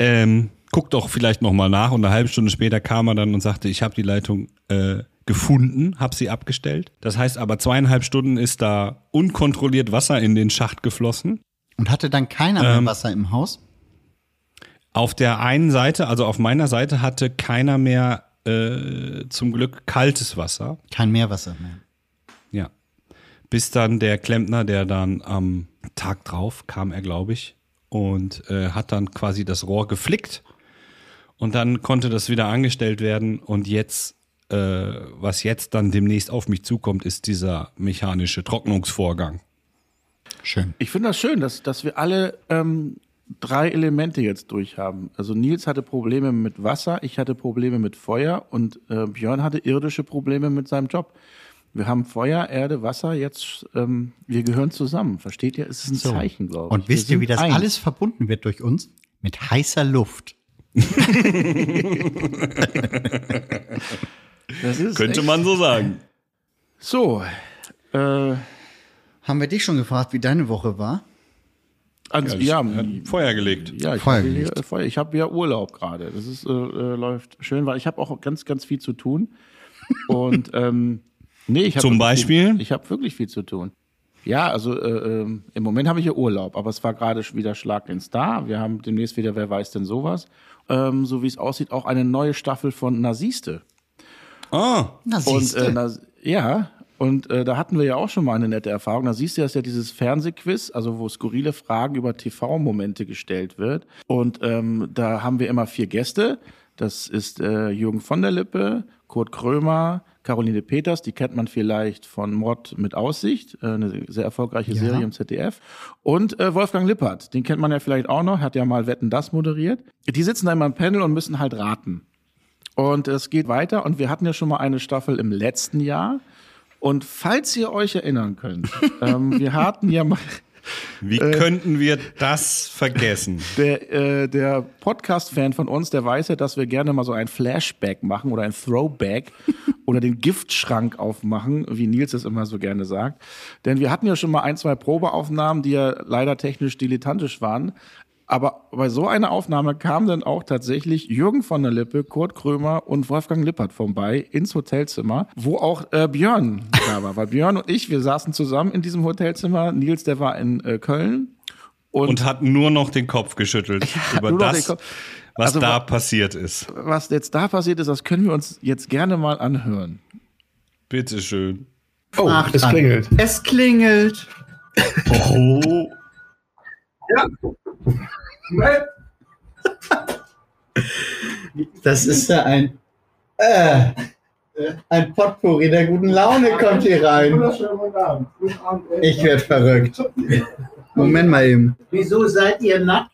ähm, guck doch vielleicht nochmal nach. Und eine halbe Stunde später kam er dann und sagte, ich habe die Leitung äh, gefunden, habe sie abgestellt. Das heißt aber, zweieinhalb Stunden ist da unkontrolliert Wasser in den Schacht geflossen.
Und hatte dann keiner mehr
Ähm.
Wasser im Haus?
Auf der einen Seite, also auf meiner Seite, hatte keiner mehr äh, zum Glück kaltes Wasser.
Kein Meerwasser mehr.
Ja. Bis dann der Klempner, der dann am Tag drauf kam, er glaube ich, und äh, hat dann quasi das Rohr geflickt. Und dann konnte das wieder angestellt werden. Und jetzt, äh, was jetzt dann demnächst auf mich zukommt, ist dieser mechanische Trocknungsvorgang.
Schön.
Ich finde das schön, dass, dass wir alle ähm, drei Elemente jetzt durchhaben. Also Nils hatte Probleme mit Wasser, ich hatte Probleme mit Feuer und äh, Björn hatte irdische Probleme mit seinem Job. Wir haben Feuer, Erde, Wasser, jetzt ähm, wir gehören zusammen. Versteht ihr? Es ist ein Zeichen, glaube ich.
Und wisst
Wir
ihr, wie
sind
das
eins.
alles verbunden wird durch uns? Mit heißer Luft.
das ist echt-
man so sagen.
So. Äh,
Haben wir dich schon gefragt, wie deine Woche war?
ans,
Ja,
ja,
hat Feuer gelegt.
Ja, ich
Feuer
habe hier,
gelegt.
äh, Feuer. Ich hab ja Urlaub gerade. Das ist, äh, äh, läuft schön, weil ich habe auch ganz, ganz viel zu tun. Und ähm, nee, ich hab
Zum
wirklich
Beispiel?
Viel, ich habe wirklich viel zu tun. Ja, also äh, ähm, im Moment habe ich hier Urlaub, aber es war gerade sch- wieder Schlag den Star. Wir haben demnächst wieder, wer weiß denn sowas. Ähm, so wie es aussieht, auch eine neue Staffel von Nasiste.
Ah,
Na,
Und
siehste.
äh, na, ja, und äh, da hatten wir ja auch schon mal eine nette Erfahrung. Da siehst du, dass ja dieses Fernsehquiz, also wo skurrile Fragen über TV-Momente gestellt wird. Und ähm, da haben wir immer vier Gäste. Das ist äh, Jürgen von der Lippe, Kurt Krömer, Caroline Peters, die kennt man vielleicht von Mord mit Aussicht, äh, eine sehr erfolgreiche Serie im ZDF. Und äh, Wolfgang Lippert, den kennt man ja vielleicht auch noch, hat ja mal Wetten das moderiert. Die sitzen da immer im Panel und müssen halt raten. Und es geht weiter. Und wir hatten ja schon mal eine Staffel im letzten Jahr. Und falls ihr euch erinnern könnt, ähm, wir hatten ja mal,
wie
Äh.
könnten wir das vergessen?
der, äh, der Podcast-Fan von uns, der weiß ja, dass wir gerne mal so ein Flashback machen oder ein Throwback oder den Giftschrank aufmachen, wie Nils es immer so gerne sagt. Denn wir hatten ja schon mal ein, zwei Probeaufnahmen, die ja leider technisch dilettantisch waren. Aber bei so einer Aufnahme kamen dann auch tatsächlich Jürgen von der Lippe, Kurt Krömer und Wolfgang Lippert vorbei ins Hotelzimmer, wo auch äh, Björn da war. Weil Björn und ich, wir saßen zusammen in diesem Hotelzimmer. Nils, der war in äh, Köln.
Und hat nur noch den Kopf geschüttelt über
nur noch
das,
den Kopf.
was
Also,
da
wa-
passiert ist.
was jetzt da passiert ist, das können wir uns jetzt gerne mal anhören.
Bitteschön.
Oh,
Ach,
das
dann.
klingelt.
Es klingelt.
Oh.
Das ist ja ein. Äh, ein Potpourri der guten Laune kommt hier rein.
Wunderschönen guten Abend. Guten Abend. Elsa.
Ich werde verrückt. Moment mal eben.
Wieso seid ihr nackt?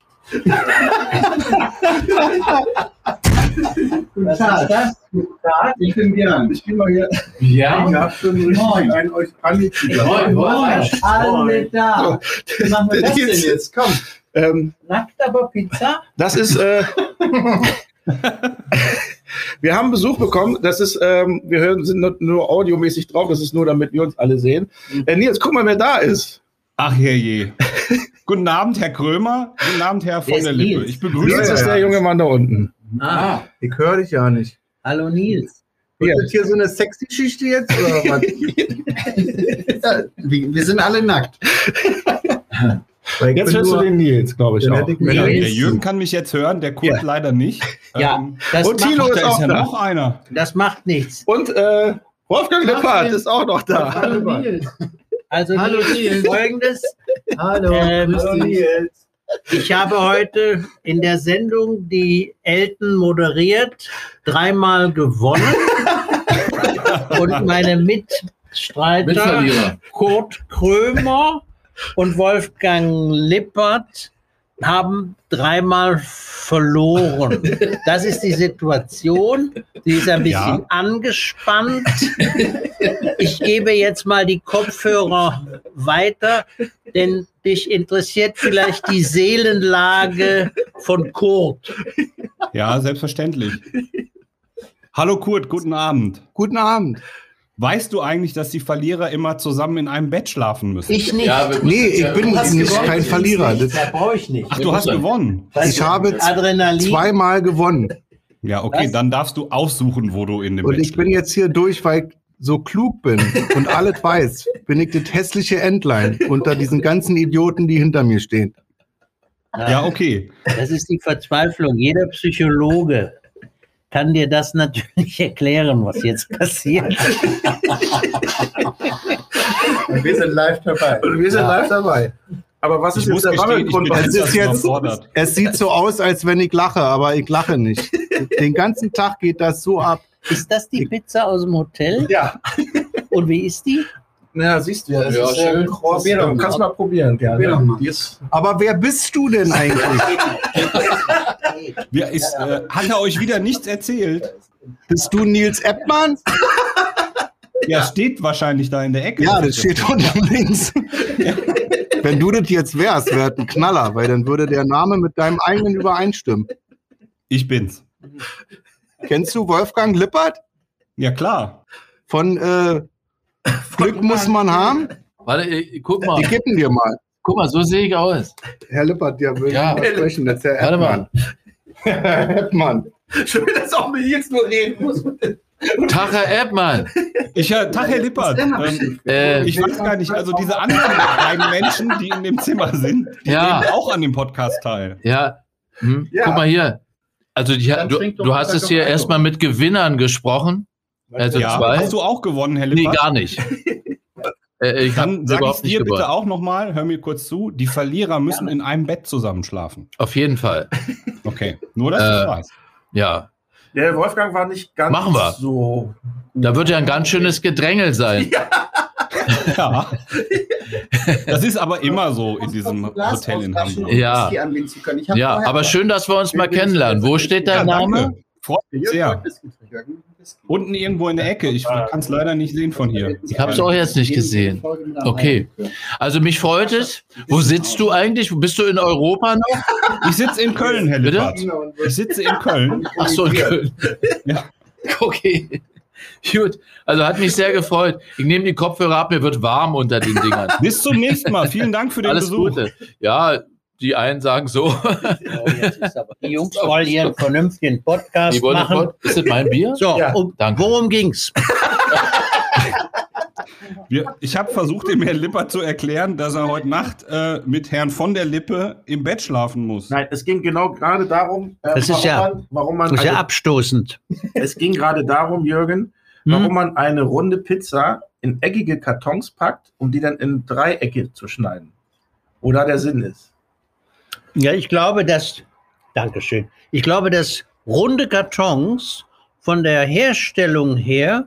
Was ist das? Guten Tag. Ich bin Björn. Ich bin mal hier. Ja. Ich hab schon richtig Moin. einen euch angekriegt. Moin, moin. Alle da. Wie machen wir das denn jetzt? Komm.
Ähm,
Nackt aber Pizza?
Das ist, äh, Wir haben Besuch bekommen. Das ist, ähm, wir hören, sind nur, nur audiomäßig drauf. Das ist nur, damit wir uns alle sehen. Äh, Nils, guck mal, wer da ist.
Ach herrje. Guten Abend, Herr Krömer. Guten Abend, Herr von
ist
der Lippe.
Nils?
Ich begrüße
Nils ist der junge Mann da unten.
Ah, ich höre dich ja nicht. Hallo Nils. Ist das hier so eine sexy Geschichte jetzt? Oder was?
Wir, wir sind alle nackt.
Weil ich
Jetzt
bin
hörst du
nur-
den Nils, glaube ich.
Dann
Auch.
hätte ich
Wenn er, der
Nils.
Jürgen kann mich jetzt hören, der Kurt
Ja.
leider nicht.
Ja, das
Und
macht
Thilo
doch-
ist
da
auch
ist ja
da.
ne?
noch einer.
Das macht nichts.
Und äh, Wolfgang Lippert ist auch noch da.
Hallo Nils. Also
Hallo,
Nils,
Nils.
folgendes.
Hallo,
Ähm,
grüß
hallo,
dich.
Nils. Ich habe heute in der Sendung, die Elton moderiert, dreimal gewonnen. und meine Mitstreiter
Mitverlierer.
Kurt Krömer und Wolfgang Lippert haben dreimal verloren. Das ist die Situation. Die ist ein bisschen
Ja.
angespannt. Ich gebe jetzt mal die Kopfhörer weiter, denn dich interessiert vielleicht die Seelenlage von Kurt.
Ja, selbstverständlich. Hallo Kurt, guten Abend.
Guten Abend.
Weißt du eigentlich, dass die Verlierer immer zusammen in einem Bett schlafen müssen?
Ich nicht.
Nee, ich bin
hast
nicht
gewonnen.
kein Verlierer. Das,
Da brauche ich nicht.
Ach, du hast gewonnen.
ich habe z-
Adrenalin.
zweimal gewonnen.
Ja, okay,
Was?
dann darfst du aussuchen, wo du in dem
Und
Bett
ich bin jetzt hier durch, weil ich so klug bin und alles weiß, bin ich das hässliche Entlein unter diesen ganzen Idioten, die hinter mir stehen.
schläfst. Ja, okay.
Das ist die Verzweiflung. Jeder Psychologe kann dir das natürlich erklären, was jetzt passiert.
Und wir sind live dabei.
Und wir sind live dabei.
Aber was
Ich
ist
muss
jetzt der
gestehen, ich bin
Wammelgrund? bei
Es
etwas
ist jetzt,
überfordert.
es sieht so aus, als wenn ich lache, aber ich lache nicht. Den ganzen Tag geht das so ab.
Ist das die Pizza aus dem Hotel?
Ja,
Und wie ist die?
ja, siehst du ja. Es
Ja,
ist, äh,
schön.
kross.
Probier doch mal.
Kannst mal probieren. Ja,
Probier doch mal.
Die ist,
Aber wer bist du denn eigentlich?
Wir, ist, äh, hat er euch wieder nichts erzählt?
Bist du Nils Eppmann?
Ja, steht wahrscheinlich da in der Ecke.
Ja, das steht unten links. Wenn du das jetzt wärst, wäre ein Knaller, weil dann würde der Name mit deinem eigenen übereinstimmen.
Ich bin's.
Kennst du Wolfgang Lippert?
Ja, klar.
Von äh, Glück muss man haben?
Warte, ich, guck mal.
Die kippen dir mal.
Guck mal, so sehe ich aus.
Herr Lippert, der will
Ja.
ja. sprechen. Das ist Herr
Warte
Eppmann.
mal.
Herr Eppmann.
schön, dass auch mit Nils nur reden muss.
Tag, Herr Eppmann.
Ich, äh, Tag, Herr Lippert. Ähm,
Äh,
ich weiß gar nicht, also diese anderen beiden Menschen, die in dem Zimmer sind, die
Ja.
nehmen auch an dem Podcast teil.
ja. Hm?
Ja.
Guck mal hier. Also die,
Dann
du,
trink doch
du
mal
hast
Tag
es hier
Eppmann.
erstmal mit Gewinnern gesprochen. Also
Ja.
zwei.
Hast du auch gewonnen, Herr
Nee,
Lippert?
gar nicht. äh, ich habe
Dann sage ich
überhaupt nicht
dir bitte
gewonnen.
auch nochmal, hör mir kurz zu, die Verlierer müssen in einem Bett zusammenschlafen.
Auf jeden Fall.
Okay, nur dass
Äh,
du weißt.
Ja.
Der Wolfgang war nicht ganz
Machen wir.
so.
Da wird ja ein ganz schönes Gedrängel sein.
Ja. Das ist aber immer so in diesem Hotel in
um
Hamburg.
Ja.
Die anlegen zu können. Ich
Ja,
hab vorher-
aber schön, dass wir uns mal kennenlernen. Wo steht der
Ja,
Name?
danke. Freut mich sehr. Unten irgendwo in der Ecke. Ich kann es leider nicht sehen von hier.
Ich habe es auch jetzt nicht gesehen. Okay. Also mich freut es. Wo sitzt du eigentlich? Bist du in Europa noch?
Ich sitze in Köln, Herr
Bitte?
Lippert. Ich sitze in Köln.
Ach so, in Köln.
Ja.
Okay. Gut. Also hat mich sehr gefreut. Ich nehme die Kopfhörer ab. Mir wird warm unter den Dingern.
Bis zum nächsten Mal. Vielen Dank für den
Alles
Besuch.
Gute. Ja, die einen sagen so.
So, Oh, jetzt ist aber, die Jungs wollen hier einen vernünftigen
Die
Podcast
wollen
machen.
Pod- Ist das mein Bier?
So,
Ja.
um,
Danke.
worum ging's?
Wir, ich habe versucht, dem Herrn Lippert zu erklären, dass er heute Nacht äh, mit Herrn von der Lippe im Bett schlafen muss.
Nein, es ging genau gerade darum, äh,
Das ist
warum,
ja-
man, warum man.
Das ist ja
also,
abstoßend.
es ging gerade darum, Jürgen, warum
Hm?
man eine runde Pizza in eckige Kartons packt, um die dann in Dreiecke zu schneiden. Oder der Sinn ist.
Ja, ich glaube, dass. Dankeschön. Ich glaube, dass runde Kartons von der Herstellung her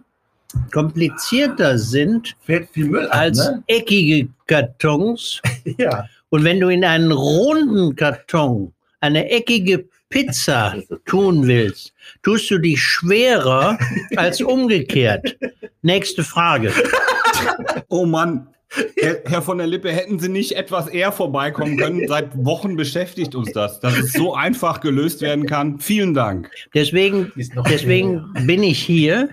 komplizierter sind
Fällt viel Müll an,
als
ne?
eckige Kartons.
Ja.
Und wenn du in einen runden Karton eine eckige Pizza tun willst, tust du dich schwerer als umgekehrt. Nächste Frage.
Oh Mann, Herr, Herr von der Lippe, hätten Sie nicht etwas eher vorbeikommen können? Seit Wochen beschäftigt uns das, dass es so einfach gelöst werden kann. Vielen Dank.
Deswegen, deswegen bin ich hier.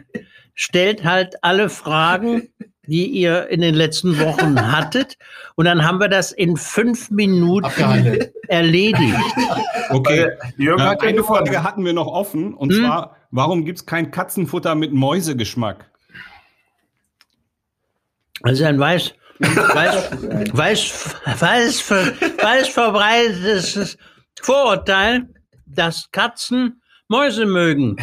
Stellt halt alle Fragen, die ihr in den letzten Wochen hattet. Und dann haben wir das in fünf Minuten
Abgehandelt.
erledigt.
Okay.
Also,
Jürgen hat ja
Äh, eine
gewonnen.
Frage hatten wir noch offen und zwar, warum gibt es kein Katzenfutter mit Mäusegeschmack?
Also ein weiß, weiß, weiß, weiß, ver- weiß verbreitetes Vorurteil, dass Katzen Mäuse mögen.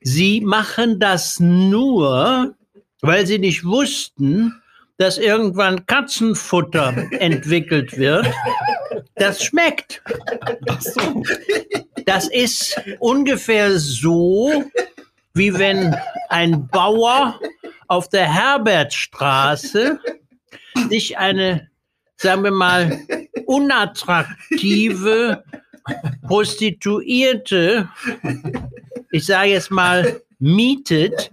Sie machen das nur, weil sie nicht wussten, dass irgendwann Katzenfutter entwickelt wird. Das schmeckt. Das ist ungefähr so, wie wenn ein Bauer auf der Herbertstraße sich eine, sagen wir mal, unattraktive Prostituierte, ich sage jetzt mal, mietet,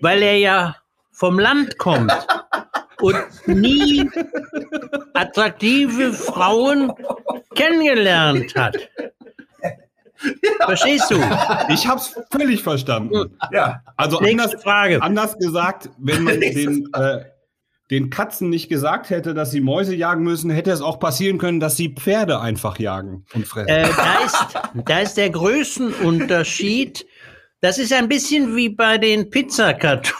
weil er ja vom Land kommt und nie attraktive Frauen kennengelernt hat. Verstehst du?
Ich hab's völlig verstanden.
Ja.
Also
Nächste
anders,
Frage.
anders gesagt, wenn man den, äh, den Katzen nicht gesagt hätte, dass sie Mäuse jagen müssen, hätte es auch passieren können, dass sie Pferde einfach jagen und fressen.
Äh, da, ist, da ist der Größenunterschied. Das ist ein bisschen wie bei den Pizzakartons.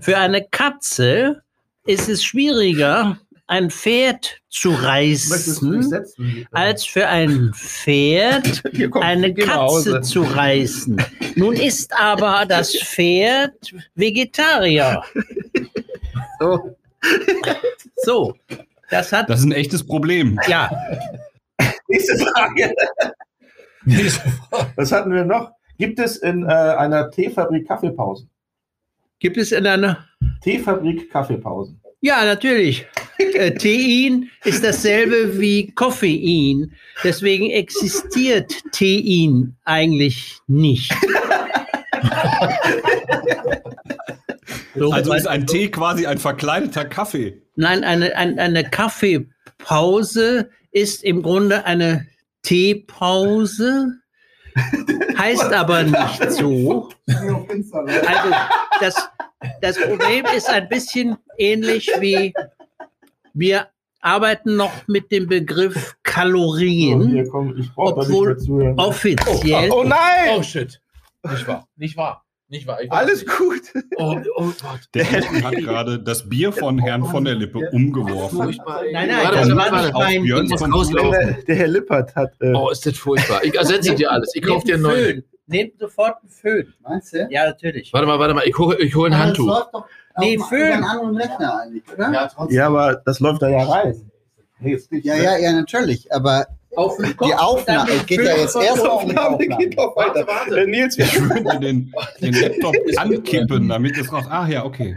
Für eine Katze ist es schwieriger, ein Pferd zu reißen, Hm? als für ein Pferd eine
Mickey
Katze
Mouse.
zu reißen. Nun ist aber das Pferd Vegetarier. So. So. Das hat.
Das ist ein echtes Problem.
Ja.
Nächste Frage. Was hatten wir noch? Gibt es in äh, einer Teefabrik Kaffeepausen?
Gibt es in einer
Teefabrik Kaffeepausen?
Ja, natürlich. Äh, Tein ist dasselbe wie Koffein. Deswegen existiert Tein eigentlich nicht. So,
also
weil-
ist ein Tee quasi ein verkleideter Kaffee.
Nein, eine, ein, eine Kaffeepause ist im Grunde eine Teepause, heißt aber nicht so. Also das, das Problem ist ein bisschen ähnlich wie wir arbeiten noch mit dem Begriff Kalorien, obwohl offiziell.
Oh, oh nein!
Oh shit. Nicht wahr. Nicht wahr. Nicht wahr. Ich weiß
Alles
nicht.
gut.
Oh, oh Gott.
Der Elton hat gerade das Bier von Herrn von der Lippe umgeworfen.
Nein, nein, das war nicht
Auf
mein
Björns Computer.
Der Herr Lippert hat. Äh,
Oh, ist das furchtbar. Ich ersetze dir alles. Ich kaufe dir einen
Nehmt
neuen.
Föhn. Nehmt sofort einen Föhn.
Meinst du?
Ja, natürlich.
Warte mal, warte mal. Ich hole ich hol ein
Aber das
Handtuch.
läuft doch
Nee,
auf-
Föhn.
über einen anderen Rechner eigentlich, oder? Ja,
ja, aber das läuft da ja rein. Nee, ist nicht,
ja,
ne?
ja, natürlich. Aber
Auf den Kopf,
die Aufnahme
dann
es geht ja
Föhn.
jetzt erst auf die
Aufnahme
Aufnahme.
geht noch weiter. Äh, Nils, wir
Ich würde den, den Laptop ankippen, damit es noch. Ach ja, okay.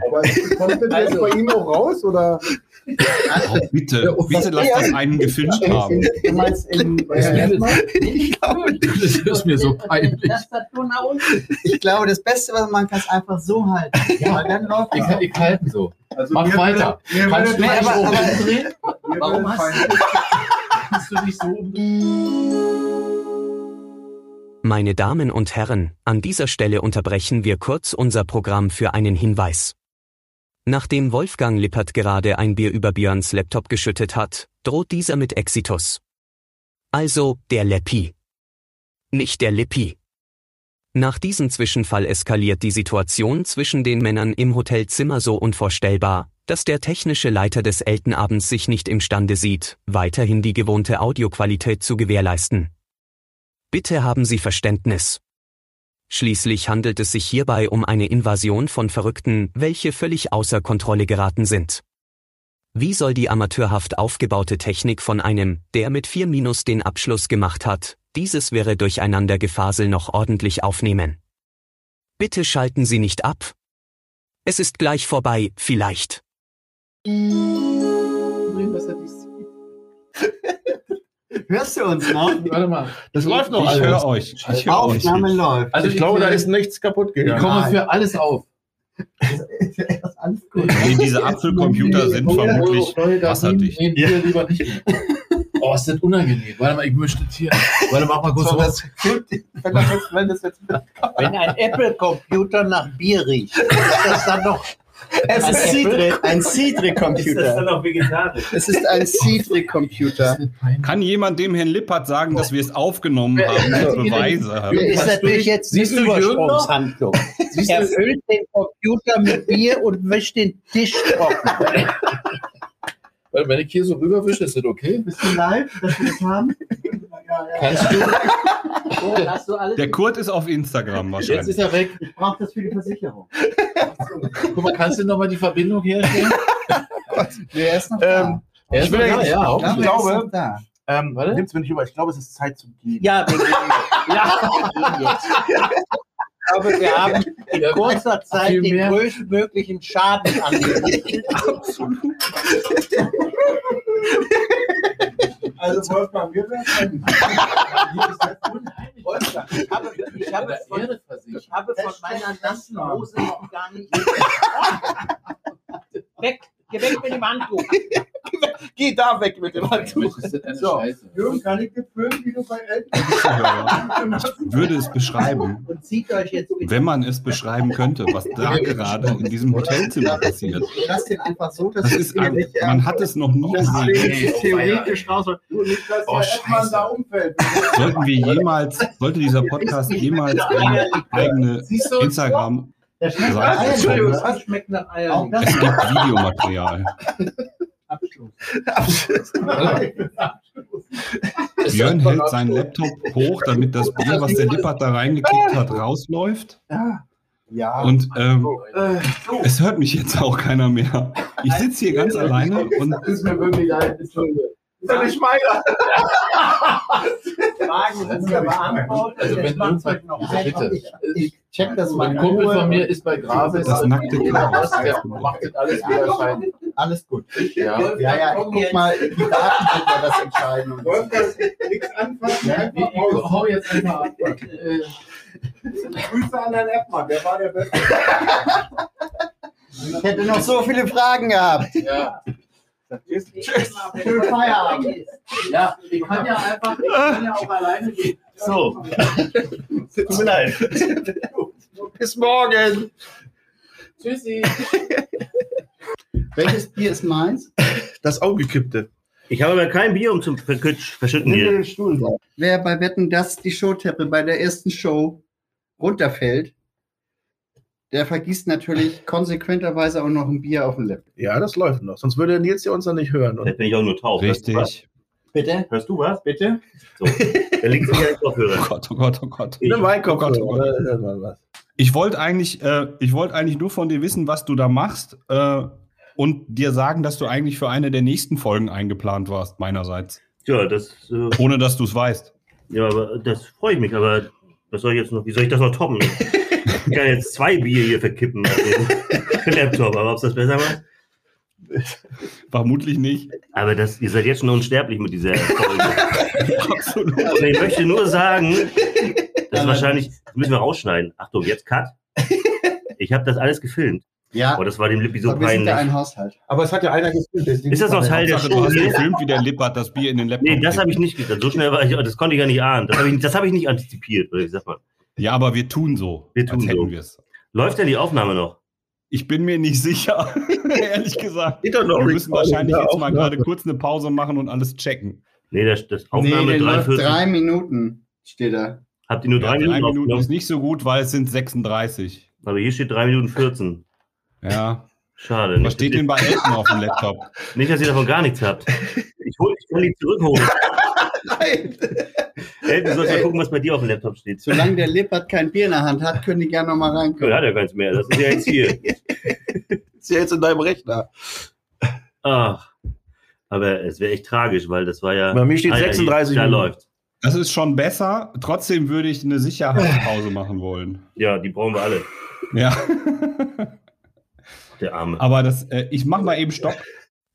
Kommt das jetzt bei ihm auch raus? Oder?
Oh, bitte, bitte lass das einen gefilmt haben.
Du meinst in, bei
Das
Herrn Hetzmann?
ich glaube nicht.
Das ist mir so peinlich.
ich glaube, das Beste, was man macht, ist einfach so halten.
Ja.
Weil dann läuft
Ich,
das.
ich halte so.
Also
Mach
wir-
weiter.
wir-
Kannst du
wir-
dich
aber-
so
aber-
umdrehen? Warum hast du, kannst du dich so umdrehen?
Meine Damen und Herren, an dieser Stelle unterbrechen wir kurz unser Programm für einen Hinweis. Nachdem Wolfgang Lippert gerade ein Bier über Björns Laptop geschüttet hat, droht dieser mit Exitus. Also, der Leppi. Nicht der Lippi. Nach diesem Zwischenfall eskaliert die Situation zwischen den Männern im Hotelzimmer so unvorstellbar, dass der technische Leiter des Eltenabends sich nicht imstande sieht, weiterhin die gewohnte Audioqualität zu gewährleisten. Bitte haben Sie Verständnis. Schließlich handelt es sich hierbei um eine Invasion von Verrückten, welche völlig außer Kontrolle geraten sind. Wie soll die amateurhaft aufgebaute Technik von einem, der mit 4 minus den Abschluss gemacht hat, dieses wäre durcheinander Gefasel noch ordentlich aufnehmen? Bitte schalten Sie nicht ab. Es ist gleich vorbei, vielleicht.
Hörst du uns noch?
Warte mal.
Das läuft noch
Ich
alles.
höre euch. Ich höre euch.
Also
Aufnahme läuft.
Also ich glaube, da ist nichts kaputt
Ich
gegangen.
komme für alles auf.
Nee, diese Apfelcomputer sind vermutlich wasserdicht.
Nee, ja. lieber nicht mehr. Oh, ist das unangenehm. Warte mal, ich möchte jetzt hier. Warte mal, mach mal kurz
So,
raus.
Wenn ein Apple-Computer nach Bier riecht, ist das dann noch
Es
ein
ist Cidre, ein Cidre-Computer.
Ist das dann noch vegetarisch?
Es ist ein Cidre-Computer.
Kann jemand dem Herrn Lippert sagen, dass wir es aufgenommen haben als Beweise? haben?
Ist natürlich jetzt eine
Siehst du Jürgen
Übersprungshandlung. Er füllt den Computer mit Bier und wäscht den Tisch trocken.
Warte, wenn ich hier so rüberwische, ist das okay?
Bist du leid, dass wir das haben?
Kannst du?
hast du alles?
Der Kurt ist auf Instagram
Jetzt ist
wahrscheinlich.
er weg.
Ich brauche das für die Versicherung.
Guck mal, kannst du nochmal die Verbindung herstellen?
Wer ist noch
Ähm,
Er ist
ich, will,
noch da,
ich,
ja,
ich
hoffentlich.
Er ist
glaube,
noch da.
ähm,
Warte.
nimmt's mir nicht über, ich glaube, es ist Zeit zu gehen.
Ja, wir gehen jetzt. Aber wir haben in kurzer Zeit
Viel
den
mehr.
größtmöglichen Schaden angerichtet.
Also Wolfgang, wir werden
Wolfgang, Ich habe, ich habe, von, ich habe von meiner nassen Hose noch gar nicht. weg, geh weg mit dem Handtuch.
Geh da weg mit dem Handtuch.
so. Jürgen, kann ich dir filmen, wie du bei Eltern
Würde es beschreiben,
Und zieht euch jetzt bitte.
wenn man es beschreiben könnte, was da gerade in diesem Hotelzimmer passiert.
Lass den einfach so, dass
Das ist ein, man hat es noch nie gesehen.
theoretisch raus. Du nicht, dass
Oh,
der Edmann
Scheiße.
da umfällt.
Sollten wir jemals, sollte dieser Podcast jemals eine eigene Instagram
Der schmeckt
Seite
Ah,
nach Eiern.
bekommen?
Das
Das schmeckt nach
Auch
Eiern.
das
Es gibt Videomaterial.
Abschluss.
Björn hält seinen Laptop hoch, damit das Bier, was der Lippert da reingekippt hat, rausläuft.
Ah,
Ja.
Und ähm,
Äh,
es hört mich jetzt auch keiner mehr. Ich sitze hier ganz alleine und
Das ist mir wirklich leid. Das ist doch nicht meiner. Fragen sind ja beantwortet.
Also wenn
Jetzt macht's
halt
euch noch einfach.
bitte.
Ich check das mal.
Ein Kumpel von mir ist bei Gravis.
das nackte Chaos.
Der macht das alles wieder scheinen.
Alles gut.
Ja.
Ja, ja,
Komm
ich guck
jetzt.
mal.
Die Daten sind ja das Entscheidende.
Wolfgang, nichts anfassen.
Ich
Einfach
ich
raus.
hau jetzt einfach ab. Äh,
Grüße an Herrn Eppmann, der war der Beste.
Ich hätte noch so viele Fragen gehabt.
Ja,
Tschüss. Schönen Feierabend.
ja, ich kann ja einfach, ich kann ja auch alleine gehen. So.
Tut mir leid. Bis morgen.
Tschüssi.
Welches Bier ist meins?
Das Augekippte.
Ich habe aber kein Bier um zu verküt- verschütten hier.
Wer bei Wetten dass die Showtreppe bei der ersten Show runterfällt, der vergießt natürlich konsequenterweise auch noch ein Bier auf den Lippen.
Ja, das läuft noch. Sonst würde Nils ja uns dann nicht hören.
Vielleicht
Und
bin ich auch nur taub. Hörst
richtig.
Bitte?
du was? Hörst du was? Bitte? So. Da links ist ja ein
Oh
Kopfhörer.
Gott, oh Gott, oh Gott.
ne
Oh Gott,
Weinkopf.
oh Gott. Ich wollte eigentlich, äh, ich wollte eigentlich nur von dir wissen, was du da machst äh, und dir sagen, dass du eigentlich für eine der nächsten Folgen eingeplant warst, meinerseits.
Tja, das, äh,
Ohne dass du es weißt.
ja, aber das freue ich mich, aber was soll ich jetzt noch, wie soll ich das noch toppen? Ich kann jetzt zwei Bier hier verkippen auf dem Laptop, aber ob es das besser macht?
Vermutlich nicht.
Aber das, ihr seid jetzt schon unsterblich mit dieser Folge.
Absolut.
Und ich möchte nur sagen, das ist
Aber-
wahrscheinlich, das müssen wir rausschneiden. Achtung, jetzt Cut. Ich habe das alles gefilmt.
Ja,
Oh, das war dem Lippi so
aber wir sind ja ein
peinlich.
Haushalt.
Aber es hat ja einer gespielt. deswegen-
Ist das noch Teil der
Hauptsache, du
Show?
hast
hier?
gefilmt, wie der Lippert das Bier in den Laptop
Nee, das
kippt.
habe ich nicht getan. So schnell war ich, das konnte ich ja nicht ahnen. Das habe ich, das hab ich nicht antizipiert, oder ich sag mal.
Ja, aber wir tun so,
Wir tun
als hätten
so.
wir es.
Läuft denn die Aufnahme noch?
Ich bin mir nicht sicher, ehrlich gesagt.
Geht doch noch.
Wir müssen wahrscheinlich
Ja,
jetzt mal
auch
gerade kurz eine Pause machen und alles checken.
Nee, das, das
nee,
Aufnahme
der läuft
43.
drei Minuten, steht da.
Habt ihr nur drei
ja,
Minuten aufgenommen?
ist nicht so gut, weil es sind 36.
Aber hier steht drei Minuten 14.
Ja.
Schade. ne?
Was
Nicht,
steht denn bei Elton auf dem Laptop?
nicht, dass ihr davon gar nichts habt. Ich, hol, ich kann die zurückholen.
Nein.
Elton, du sollst mal gucken, was bei dir auf dem Laptop steht.
Solange der Lippert kein Bier in der Hand hat, können die gerne nochmal
Ja,
reinkommen.
der hat ja keins mehr. Das ist ja jetzt hier.
Ist ja jetzt in deinem Rechner.
Ach. Aber es wäre echt tragisch, weil das war ja.
Bei mir steht
Ah, ja,
36
Da
Minuten.
läuft.
Das ist schon besser. Trotzdem würde ich eine Sicherheitspause machen wollen.
Ja, die brauchen wir alle.
Ja,
Der Arme.
aber das, äh, ich mach mal eben Stopp.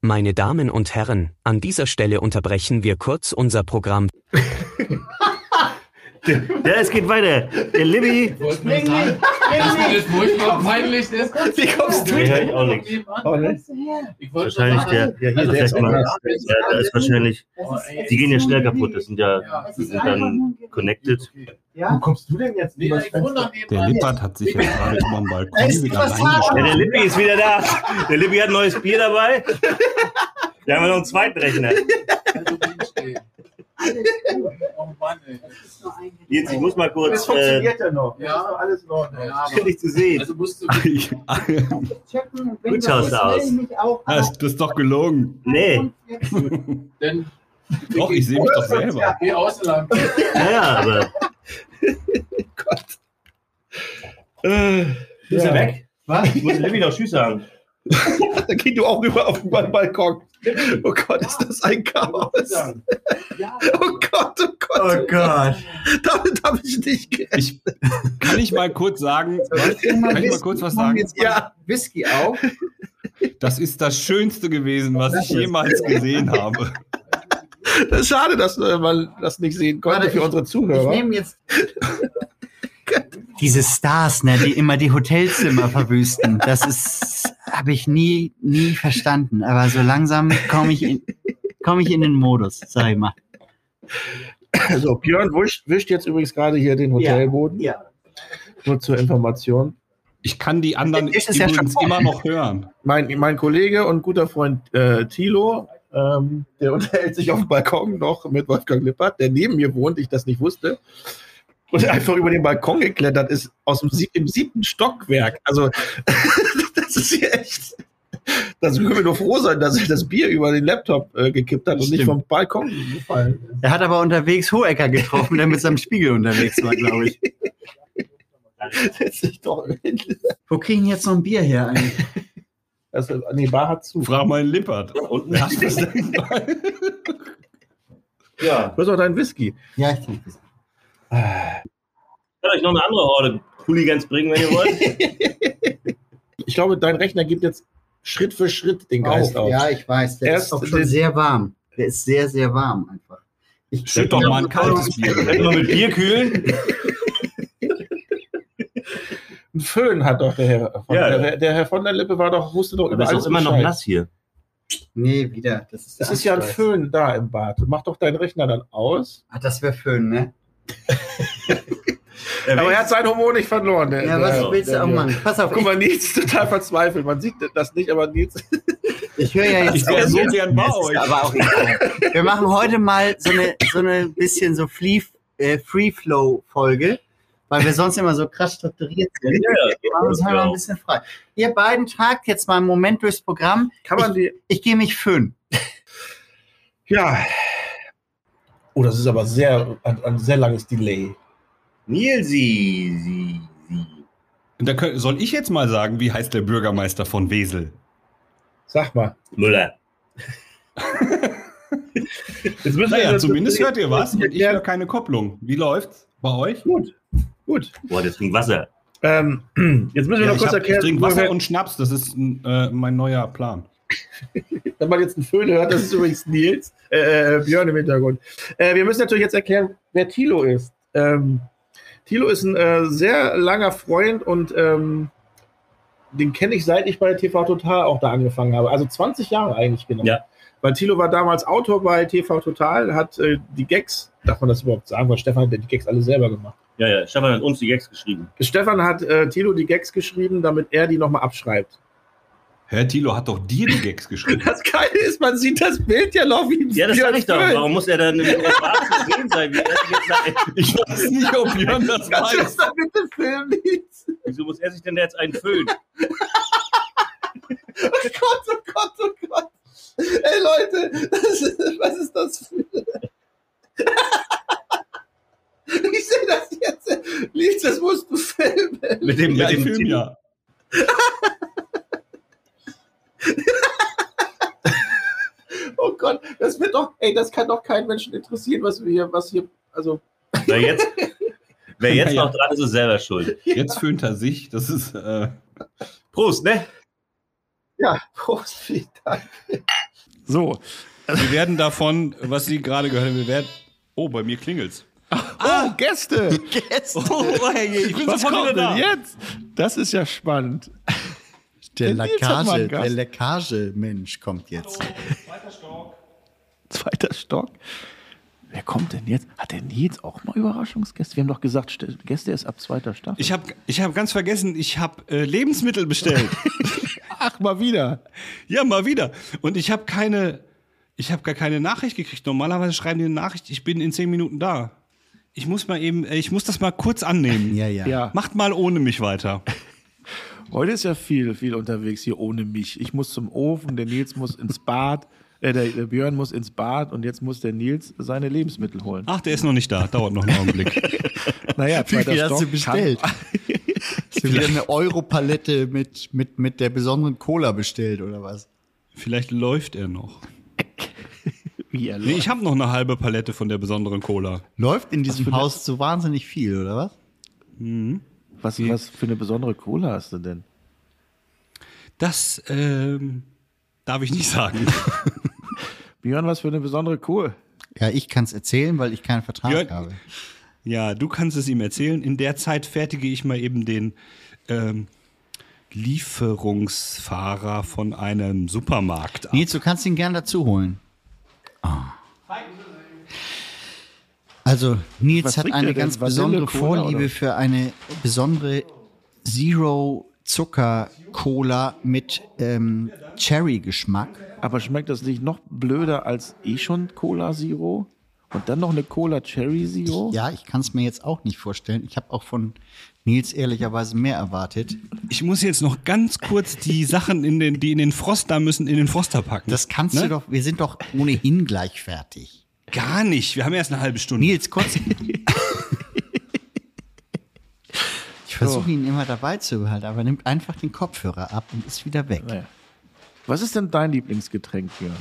Meine Damen und Herren, an dieser Stelle unterbrechen wir kurz unser Programm.
Ja, es geht weiter. Der Libby
Wollten wir sagen,
Das
ist alles furchtbar peinlich. Das
Wie kommst du
Nee,
denn?
ich auch nicht.
Wo kommst du her? Ich wollte schon
Wahrscheinlich der,
sagen,
ja, hier
also
ist
der
das
ist
mal.
anders.
Ja, da ist wahrscheinlich,
Oh,
die gehen ja schnell kaputt, das sind ja, die sind dann connected.
Ja? Wo kommst du denn jetzt? Nee, ich wundere mich mal.
hat sich jetzt gerade über den
Da
Balkon
ist
wieder
was
reingeschmissen.
Ja, der Lippi ist wieder da. Der Lippi hat ein neues Bier dabei. Da haben wir noch einen zweiten Rechner. Jetzt, ich muss mal kurz.
Das funktioniert
äh,
ja noch. Ja, ist doch alles in Ordnung. Ja,
aber- Nicht zu sehen.
Also musst du
checken.
wenn
Gut
das
schaust
ist,
du aus.
melde mich auch an.
Das, das ist doch gelogen.
Nee.
Denn
Doch, ich sehe mich doch selber.
geh außerhalb.
Naja, aber. Äh, Ist er weg? Was? Muss Lippi noch Tschüss sagen.
Dann geh du auch rüber auf den Balkon. Oh Gott, ist das ein Chaos. Oh Gott, oh Gott.
Oh Gott.
Damit habe ich nicht gerechnet.
Ich, kann ich mal kurz sagen, was, kann ich mal kurz was sagen?
Ja.
Whisky auf.
Das ist das Schönste gewesen, was ich jemals gesehen habe.
Das ist schade, dass äh, man das nicht sehen konnte für unsere Zuhörer.
Ich nehme jetzt
Diese Stars, ne, die immer die Hotelzimmer verwüsten, das ist, habe ich nie, nie verstanden. Aber so langsam komme ich, in- komm ich in den Modus, sag ich mal.
Also Björn wischt, wischt jetzt übrigens gerade hier den Hotelboden.
Ja.
Nur zur Information.
Ich kann die anderen
Ich ist ja schon
übrigens
voll.
immer noch hören.
Mein, mein Kollege und guter Freund äh, Thilo, ähm, der unterhält sich auf dem Balkon noch mit Wolfgang Lippert, der neben mir wohnt, ich das nicht wusste. Und einfach über den Balkon geklettert ist, aus dem sieb im siebten Stockwerk. Also, das ist hier echt. Da können wir nur froh sein, dass er das Bier über den Laptop äh, gekippt hat und nicht vom Balkon gefallen ist.
Er hat aber unterwegs Hohecker getroffen, der mit seinem Spiegel unterwegs war, glaube ich.
Das ist doch.
Wo kriegen jetzt noch ein Bier her eigentlich? Also,
Das, nee, Bar hat zu.
Frag mal einen Lippert. Unten hast du es.
Ja.
Du hast auch deinen Whisky.
Ja, ich trinke
Ich kann euch noch eine andere Horde Hooligans bringen, wenn ihr wollt.
Ich glaube, dein Rechner gibt jetzt Schritt für Schritt den Geist auf.
Ja, ich weiß. Der
Erst
ist auch schon
den-
sehr warm. Der ist sehr, sehr warm einfach. Ich
Schütt doch mal ein kaltes Bier.
Wenn wir mit Bier kühlen.
Ein Föhn hat doch der Herr von,
Ja.
der, der Herr von der Lippe war doch, wusste doch
Aber es ist auch immer noch nass hier.
Nee, wieder. Das ist,
Es ist ja ein
Anschweiß.
Föhn da im Bad. Mach doch deinen Rechner dann aus.
Ah, das wäre Föhn, ne?
Aber er hat seinen Humor nicht verloren. Der,
Ja, was willst du auch machen? Pass auf,
Guck mal, Nils ist total verzweifelt. Man sieht das nicht, aber Nils.
Ich höre ja jetzt.
Ich wär
auf,
so
jetzt-
gern bei
es ist
euch.
Aber auch egal. Wir machen heute mal so eine, so eine bisschen so Flee, äh, Free Flow Folge, weil wir sonst immer so krass strukturiert sind.
Ja, ja,
wir machen uns heute mal ein bisschen frei. Ihr beiden tragt jetzt mal einen Moment durchs Programm.
Kann man
ich, ich gehe mich föhnen.
Ja. Oh, das ist aber sehr, ein, ein sehr langes Delay.
Nilsi, sie,
Und da könnt- soll ich jetzt mal sagen, wie heißt der Bürgermeister von Wesel?
Sag mal.
Müller.
Jetzt müssen
Naja,
wir-
zumindest hört ihr was und ich höre keine Kopplung. Wie läuft's bei euch?
Gut, gut.
Boah, der trinkt Wasser.
Ähm, jetzt müssen wir noch
ich, hab-
kurz
ich
erklären,
trinke
woher-
Wasser und Schnaps, das ist äh, mein neuer Plan.
Wenn man jetzt einen Föhn hört, das ist übrigens Nils, äh, äh, Björn im Hintergrund. Äh, wir müssen natürlich jetzt erklären, wer Thilo ist. Ähm, Thilo ist ein äh, sehr langer Freund und ähm, den kenne ich seit ich bei TV Total auch da angefangen habe. Also 20 Jahre eigentlich genau.
Ja.
Weil Thilo war damals Autor bei TV Total, hat äh, die Gags, darf man das überhaupt sagen, weil Stefan hat ja die Gags alle selber gemacht.
Ja, ja, Stefan hat uns die Gags geschrieben.
Stefan hat äh, Thilo die Gags geschrieben, damit er die nochmal abschreibt.
Herr Thilo hat doch dir die Gags geschrieben.
Das Geile ist, man sieht das Bild ja noch wie
Ja, das
Björn
sag ich doch.
Föhn.
Warum muss er dann im Schwarz zu sehen sein? Wie er sich jetzt sagt,
Ich weiß nicht, ob Björn das
Kannst du
weiß.
das dann bitte filmen, Nils?
Wieso muss er sich denn jetzt einen föhnen?
Oh Gott, oh Gott, oh Gott. Ey, Leute, das ist, was ist das für... Ich sehe das jetzt. Nils, das musst du filmen.
Mit dem,
Ja,
mit
ich
dem
film
Titel.
ja.
Oh Gott, das wird doch... Ey, das kann doch keinen Menschen interessieren, was wir hier... Was hier also,
Wer jetzt, wer jetzt
Ja, ja.
noch dran ist, ist selber schuld.
Jetzt föhnt er sich. Das ist. Äh,
Prost, ne?
ja, Prost, vielen Dank.
So,
Oh,
wir werden davon, was Sie gerade gehört haben, wir werden. Oh, bei mir klingelt's.
Oh, Gäste!
Gäste!
Oh,
herrje, ich bin
Was
sofort
kommt
wieder da.
denn jetzt? Das ist ja spannend.
Der
Nils hat
Leckage,
mal einen Gast.
der Leckage-Mensch kommt jetzt.
Zweiter Stock. Wer kommt denn jetzt? Hat denn jetzt auch mal Überraschungsgäste? Wir haben doch gesagt, St- Gäste ist ab zweiter Staffel.
Ich habe ich hab ganz vergessen, ich habe äh, Lebensmittel bestellt.
Ach, mal wieder.
Ja, mal wieder. Und ich habe keine, ich habe gar keine Nachricht gekriegt. Normalerweise schreiben die eine Nachricht, ich bin in zehn Minuten da. Ich muss mal eben, äh, ich muss das mal kurz annehmen.
Ja, ja.
Ja.
Macht mal ohne mich weiter.
Heute ist ja viel, viel unterwegs hier ohne mich. Ich muss zum Ofen, der Nils muss ins Bad, äh, der, der Björn muss ins Bad und jetzt muss der Nils seine Lebensmittel holen.
Ach, der ist noch nicht da. Dauert noch einen Augenblick.
Naja,
Wie
zweiter
viel hast
Stock
du bestellt?
Kann,
Hast du wieder eine Europalette mit, mit, mit der besonderen Cola bestellt oder was?
Vielleicht läuft er noch.
Wie er
Nee, ich habe noch eine halbe Palette von der besonderen Cola.
Läuft in diesem Haus so wahnsinnig viel, oder was?
was, was für eine besondere Cola hast du denn?
Das ähm, darf ich nicht sagen.
Björn, was für eine besondere Cola?
Ja, ich kann es erzählen, weil ich keinen Vertrag
Björn-
habe.
Ja, du kannst es ihm erzählen. In der Zeit fertige ich mal eben den ähm, Lieferungsfahrer von einem Supermarkt ab.
Nils, du kannst ihn gern dazu holen. Ah. Also, Nils
Was
hat
trinkt er
eine
denn?
ganz
Vanille,
besondere
Cola,
Vorliebe
oder?
für eine besondere Zero-Zucker-Cola mit ähm, Cherry-Geschmack.
Aber schmeckt das nicht noch blöder als eh schon Cola Zero? Und dann noch eine Cola Cherry Zero?
Ja, ich kann es mir jetzt auch nicht vorstellen. Ich habe auch von Nils ehrlicherweise mehr erwartet.
Ich muss jetzt noch ganz kurz die Sachen, in den, die in den Froster müssen, in den Froster packen.
Das kannst
Ne?
du doch, wir sind doch ohnehin gleich fertig.
Gar nicht. Wir haben erst eine halbe Stunde.
Nils, kurz. ich versuche
So.
ihn immer dabei zu behalten, aber er nimmt einfach den Kopfhörer ab und ist wieder weg.
Naja. Was ist denn dein Lieblingsgetränk, Björn?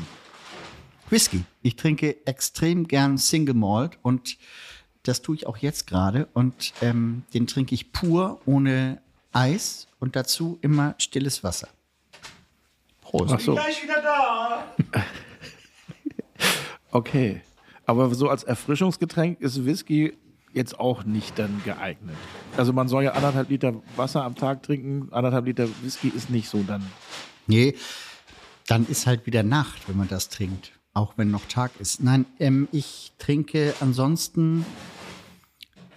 Whisky. Ich trinke extrem gern Single Malt und das tue ich auch jetzt gerade. Und ähm, den trinke ich pur, ohne Eis und dazu immer stilles Wasser. Prost.
Ach so.
Gleich wieder da.
Okay. Aber so als Erfrischungsgetränk ist Whisky jetzt auch nicht dann geeignet. Also man soll ja anderthalb Liter Wasser am Tag trinken, anderthalb Liter Whisky ist nicht so dann.
Nee, dann ist halt wieder Nacht, wenn man das trinkt. Auch wenn noch Tag ist. Nein, ähm, ich trinke ansonsten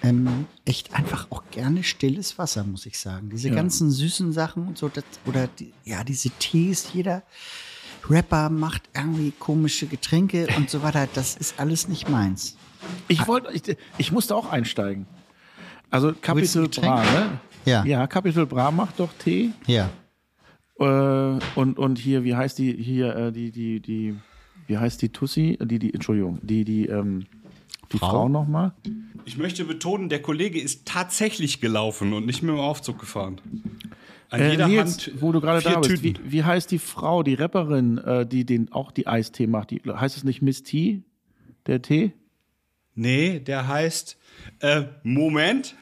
ähm, echt einfach auch gerne stilles Wasser, muss ich sagen. Diese
Ja.
ganzen süßen Sachen und so, das, oder die, ja, diese Tees, jeder Rapper macht irgendwie komische Getränke und so weiter. Das ist alles nicht meins. Ah.
Ich wollte, ich, ich musste auch einsteigen. Also
Willst du
Capital
ein
Bra,
Getränk?
ne?
Ja.
Ja, Capital Bra macht doch Tee.
Ja.
Äh, und, und hier, wie heißt die, hier, äh, die, die, die, wie heißt die Tussi? Die, die, Entschuldigung, die, die, ähm, die Frau, Frau nochmal?
Ich möchte betonen, der Kollege ist tatsächlich gelaufen und nicht mit dem Aufzug gefahren. An
Äh,
jeder
Nils,
Hand.
wo du gerade
vier
da bist, wie,
Tüten.
wie heißt die Frau, die Rapperin, äh, die den auch die Eistee macht? Die, heißt es nicht Miss T, der Tee?
Nee, der heißt äh, Moment.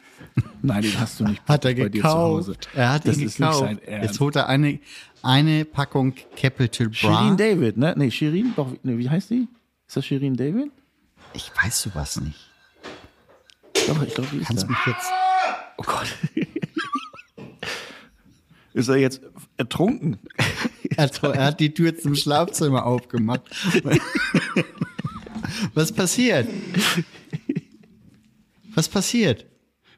Nein, den hast du nicht
Hat er
bei dir zu Hause.
gekauft. Er hat
das
ihn
ist
gekauft.
nicht sein Ernst.
Jetzt holt er eine, eine Packung Capital Bra.
Shirin David, ne? Nee, Shirin, doch, nee, wie heißt die? Ist das Shirin David?
Ich weiß sowas nicht.
Doch, ich glaube, die ist
Kannst
da.
mich jetzt.
Oh Gott. ist er jetzt ertrunken?
Er hat, er hat die Tür zum Schlafzimmer aufgemacht. Was passiert? Was passiert?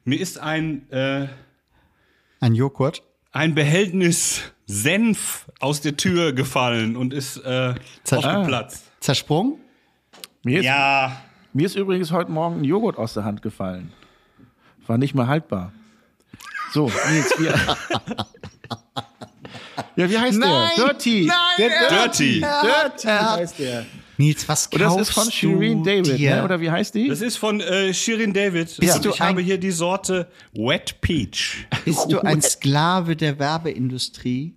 Mir ist ein, äh,
Ein Joghurt?
ein Behältnis Senf aus der Tür gefallen und ist äh,
Ah.
aufgeplatzt.
Zersprung?
Mir ist,
Ja.
mir ist übrigens heute Morgen ein Joghurt aus der Hand gefallen. War nicht mehr haltbar. So, Nils, wir. ja, wie heißt der? Dirty. der
Dirty.
Ah. Dirty heißt der.
Nils, was
Und
kaufst
das ist von Shireen
du
David,
dir?
ne? oder wie heißt die?
Das ist von äh, Shirin David.
Bist
und
du
ich
ein-
habe hier die Sorte Wet Peach.
Bist du ein Sklave der Werbeindustrie?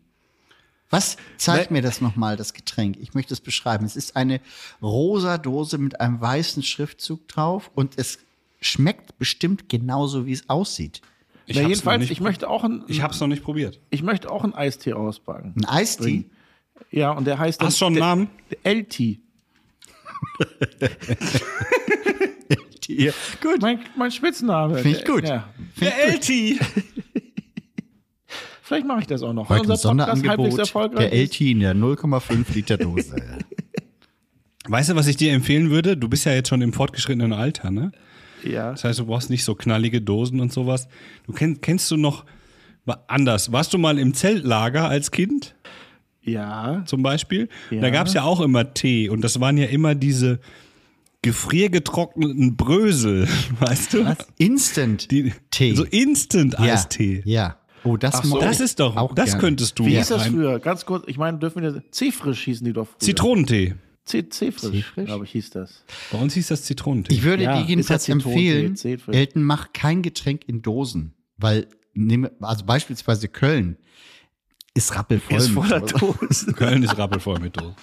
Was? Zeig
Ne-
mir das nochmal, das Getränk. Ich möchte es beschreiben. Es ist eine rosa Dose mit einem weißen Schriftzug drauf und es schmeckt bestimmt genauso, wie es aussieht.
Ich
Na,
hab's noch
jedenfalls,
nicht
ich möchte auch ein,
Ich hab's noch nicht probiert.
ich möchte auch einen Eistee auspacken.
Ein Eistee?
Ja, und der heißt.
Hast schon einen
der,
Namen?
Der LT.
Elti hier. Gut.
Mein, mein Spitzname.
Finde ich gut.
Ja.
Der Elti.
Vielleicht mache ich das auch noch.
Heute ein
Unser Podcast halbwegs
Sonderangebot.
erfolgreich
Der
ist.
Elti in der 0,5 Liter Dose.
Weißt du, was ich dir empfehlen würde? Du bist ja jetzt schon im fortgeschrittenen Alter, ne?
Ja.
Das heißt, du brauchst nicht so knallige Dosen und sowas. Du kennst, kennst du noch wa- anders? Warst du mal im Zeltlager als Kind?
Ja.
Zum Beispiel?
Ja.
Da gab es ja auch immer Tee und das waren ja immer diese gefriergetrockneten Brösel, weißt du? Was?
Instant Tee.
So Instant Eistee.
Ja. Oh, das,
Ach so.
mag
Das
ich
ist doch-
auch
das
gerne.
könntest du.
Wie hieß das
Ein-
früher? Ganz kurz, ich meine, dürfen wir. Zifrisch hießen die doch früher.
Zitronentee.
Z- Zifrisch, glaube ich, hieß das.
Bei uns hieß das Zitronentee.
Ich würde
Ja,
dir
ist ja
jedenfalls
Zitronen-
empfehlen,
zählt für-
Elton macht kein Getränk in Dosen, weil nimm- also beispielsweise Köln ist rappelvoll.
Ist
mit
voller
sowas.
Köln ist rappelvoll mit Dosen.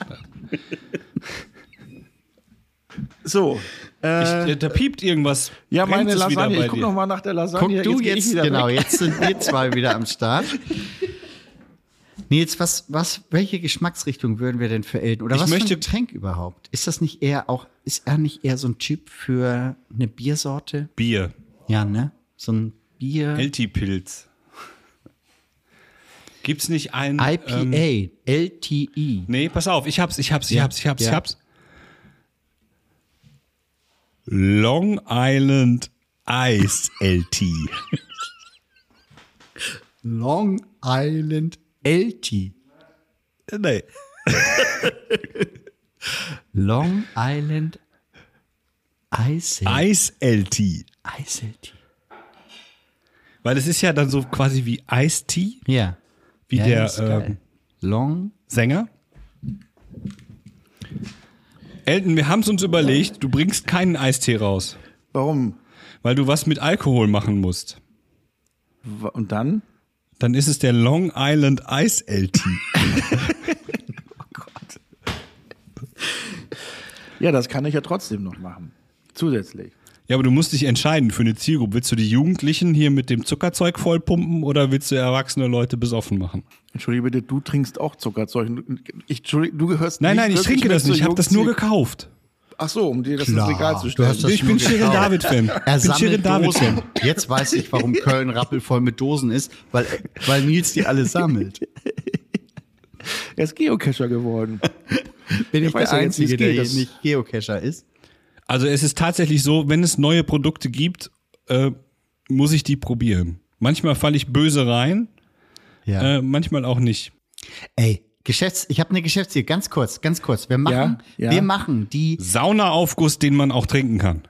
So.
Ich, äh, da piept irgendwas.
Ja,
Brennt
meine
es wieder
Lasagne.
bei
Ich guck
dir?
noch mal nach der Lasagne.
Guck du
geh ich
jetzt,
wieder
genau,
weg.
jetzt sind wir zwei wieder am Start. Nils, was, was, welche Geschmacksrichtung würden wir denn für Elton? Oder
Ich
was für
möchte-
ein Getränk überhaupt? Ist das nicht eher auch, ist er nicht eher so ein Chip für eine Biersorte?
Bier.
Ja, ne? So ein Bier.
LT-Pilz. Gibt's nicht ein
IPA,
Ähm,
LTI.
nee, pass auf, ich hab's, ich hab's, ich
Ja,
hab's, ich hab's, ich
ja.
hab's. Long Island Ice LT.
Long Island LT.
nee.
Long Island Ice
Ice LT.
Ice LT.
Weil es ist ja dann so quasi wie Ice Tea,
Ja.
wie
Ja,
der
ist geil.
ähm,
Long.
Sänger. Elton, wir haben's uns überlegt, du bringst keinen Eistee raus.
Warum?
Weil du was mit Alkohol machen musst.
W- Und dann?
Dann ist es der Long Island Ice LT.
Ja, das kann ich ja trotzdem noch machen. Zusätzlich.
Ja, aber du musst dich entscheiden für eine Zielgruppe. Willst du die Jugendlichen hier mit dem Zuckerzeug vollpumpen oder willst du erwachsene Leute besoffen machen?
Entschuldige bitte, du trinkst auch Zuckerzeug. Ich, Entschuldige, du gehörst
Nein,
nicht
nein, ich
wirklich
trinke
mit
das
zur
nicht. Ich habe das nur
Jugendzwie-
gekauft.
Ach so, um dir das
Klar,
ins Regal zu
du
stellen.
hast das
Ich bin
nur
Shirin
gekauft.
David-Fan.
Er
Ich bin Shirin
sammelt Dosen.
David-Fan.
Jetzt weiß ich, warum Köln rappelvoll mit Dosen ist, weil, weil Nils die alle sammelt.
Er ist Geocacher geworden.
Bin ich,
weiß
der
ja jetzt,
Einzige, der
wie's geht.
hier
Das-
nicht Geocacher ist?
Also es ist tatsächlich so, wenn es neue Produkte gibt, äh, muss ich die probieren. Manchmal falle ich böse rein,
Ja.
äh, manchmal auch nicht.
Ey, Geschäfts, ich habe eine Geschäftsidee. Ganz kurz, ganz kurz. Wir machen,
Ja, ja.
wir machen die.
Saunaaufguss, den man auch trinken kann.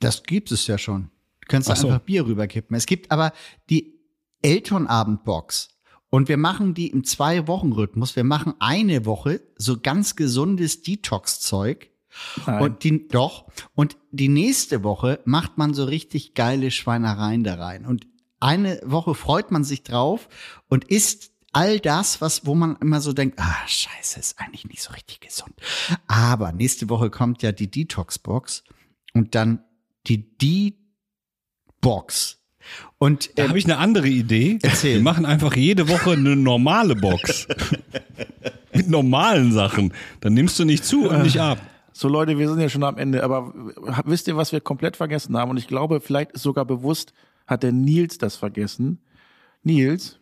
Das gibt es ja schon. Du kannst da
Ach so.
einfach Bier rüberkippen. Es gibt aber die Elternabendbox. Und wir machen die im Zwei-Wochen-Rhythmus. Wir machen eine Woche so ganz gesundes Detox-Zeug.
Nein.
Und die, doch. Und die nächste Woche macht man so richtig geile Schweinereien da rein. Und eine Woche freut man sich drauf und isst all das, was, wo man immer so denkt, ah, scheiße, ist eigentlich nicht so richtig gesund. Aber nächste Woche kommt ja die Detox-Box und dann die D-Box. Und ähm,
Da habe ich eine andere Idee.
Erzähl.
Wir machen einfach jede Woche eine normale Box. Mit normalen Sachen. Dann nimmst du nicht zu und nicht ab.
So Leute, wir sind ja schon am Ende, aber hab- wisst ihr, was wir komplett vergessen haben? Und ich glaube, vielleicht ist sogar bewusst, hat der Nils das vergessen. Nils,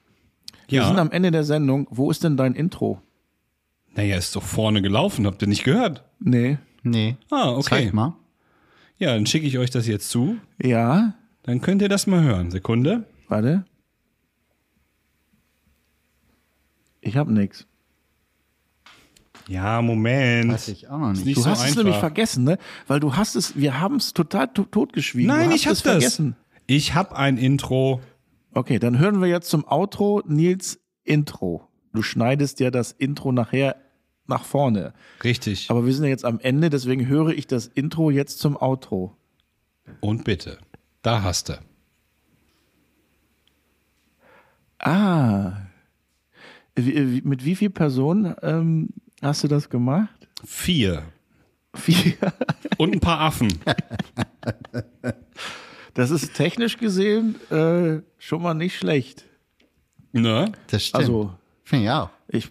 wir
Ja.
sind am Ende der Sendung. Wo ist denn dein Intro?
Naja, ist doch vorne gelaufen, habt ihr nicht gehört?
Nee.
Nee.
Ah, okay.
Zeig mal.
Ja, dann schicke ich euch das jetzt zu.
Ja,
Dann könnt ihr das mal hören. Sekunde.
warte. Ich hab nix.
Ja, Moment.
Weiß ich auch noch
Ist
nicht.
nicht
Du
so
hast
einfach.
es nämlich vergessen, ne? Weil du hast es, wir haben es total to totgeschwiegen.
Nein,
du hast
ich hab
es
das.
vergessen.
Ich hab ein Intro.
Okay, dann hören wir jetzt zum Outro Nils Intro. Du schneidest ja das Intro nachher nach vorne.
Richtig.
Aber wir sind ja jetzt am Ende, deswegen höre ich das Intro jetzt zum Outro.
Und bitte. Da hast du.
Ah. Wie, wie, mit wie vielen Personen ähm, hast du das gemacht?
Vier.
Vier.
Und ein paar Affen.
Das ist technisch gesehen äh, schon mal nicht schlecht.
ne?
Das stimmt.
Also,
Finde ich auch.
ich.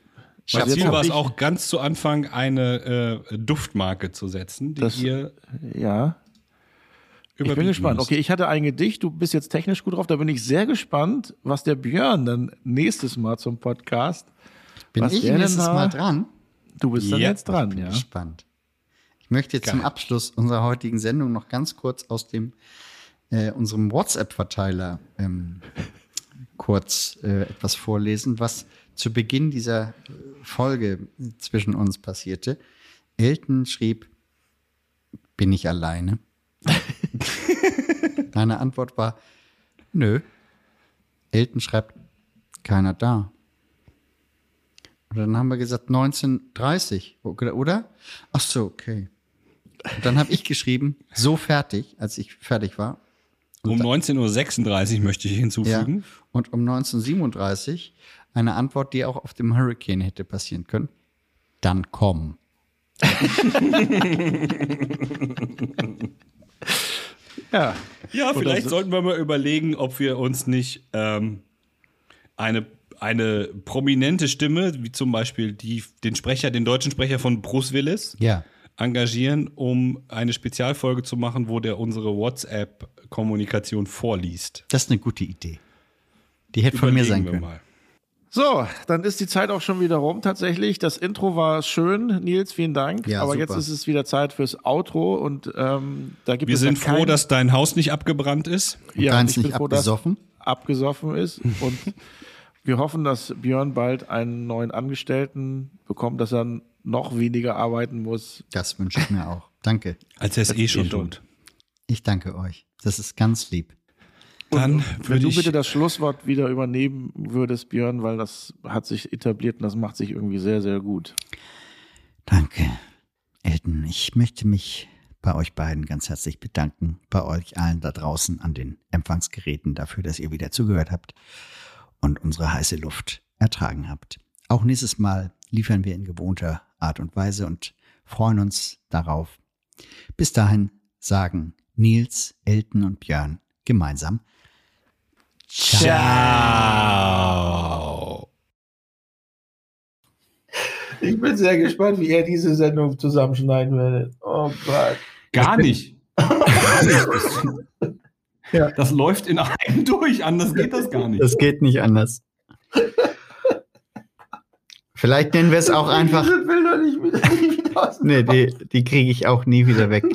Mein
jetzt
Ziel
hab
war es
ich-
auch ganz zu Anfang eine äh, Duftmarke zu setzen, die
Das-
ihr
Ja. Ich bin gespannt. Okay, ich hatte ein Gedicht, du bist jetzt technisch gut drauf, da bin ich sehr gespannt, was der Björn dann nächstes Mal zum Podcast.
Bin
was
ich
der denn
nächstes
da-
Mal dran?
Du bist dann jetzt dran,
ich bin
ja.
gespannt. Ich möchte jetzt zum
Geil.
Abschluss unserer heutigen Sendung noch ganz kurz aus dem äh, unserem WhatsApp-Verteiler ähm, kurz äh, etwas vorlesen, was zu Beginn dieser äh, Folge zwischen uns passierte. Elton schrieb, bin ich alleine? Meine Antwort war, nö. Elton schreibt, keiner da. Und dann haben wir gesagt 1930, oder? oder? Ach so, okay. Und dann habe ich geschrieben, so fertig, als ich fertig war.
Um 19.36 Uhr möchte ich hinzufügen.
Ja. Und um 1937 eine Antwort, die auch auf dem Hurricane hätte passieren können. Dann komm.
Ja,
Ja,
Oder
vielleicht
so-
sollten wir mal überlegen, ob wir uns nicht ähm, eine, eine prominente Stimme, wie zum Beispiel die, den Sprecher, den deutschen Sprecher von Bruce Willis,
Ja.
engagieren, um eine Spezialfolge zu machen, wo der unsere WhatsApp-Kommunikation vorliest.
Das ist eine gute Idee. Die hätte von mir sein
wir
können.
mal.
So, dann ist die Zeit auch schon wieder rum tatsächlich. Das Intro war schön, Nils, vielen Dank.
Ja,
Aber
super.
jetzt ist es wieder Zeit fürs Outro und ähm, da gibt
Wir
es
sind
dann kein-
froh, dass dein Haus nicht abgebrannt ist.
Ja, und ich bin froh, dass abgesoffen ist. Und wir hoffen, dass Björn bald einen neuen Angestellten bekommt, dass er noch weniger arbeiten muss.
Das wünsche ich mir auch. Danke.
Als er es eh schon tut.
Ich danke euch. Das ist ganz lieb.
Dann
Wenn
würde
du
ich-
bitte das Schlusswort wieder übernehmen würdest, Björn, weil das hat sich etabliert und das macht sich irgendwie sehr, sehr gut.
Danke, Elton. Ich möchte mich bei euch beiden ganz herzlich bedanken, bei euch allen da draußen an den Empfangsgeräten dafür, dass ihr wieder zugehört habt und unsere heiße Luft ertragen habt. Auch nächstes Mal liefern wir in gewohnter Art und Weise und freuen uns darauf. Bis dahin sagen Nils, Elton und Björn gemeinsam Ciao.
Ich bin sehr gespannt, wie er diese Sendung zusammenschneiden wird. Oh Gott.
Gar nicht.
Ja.
Das läuft in einem durch, anders geht das gar nicht.
Das geht nicht anders. Vielleicht nennen wir es auch einfach.
Will doch nicht wieder.
Nee, die, die kriege ich auch nie wieder weg.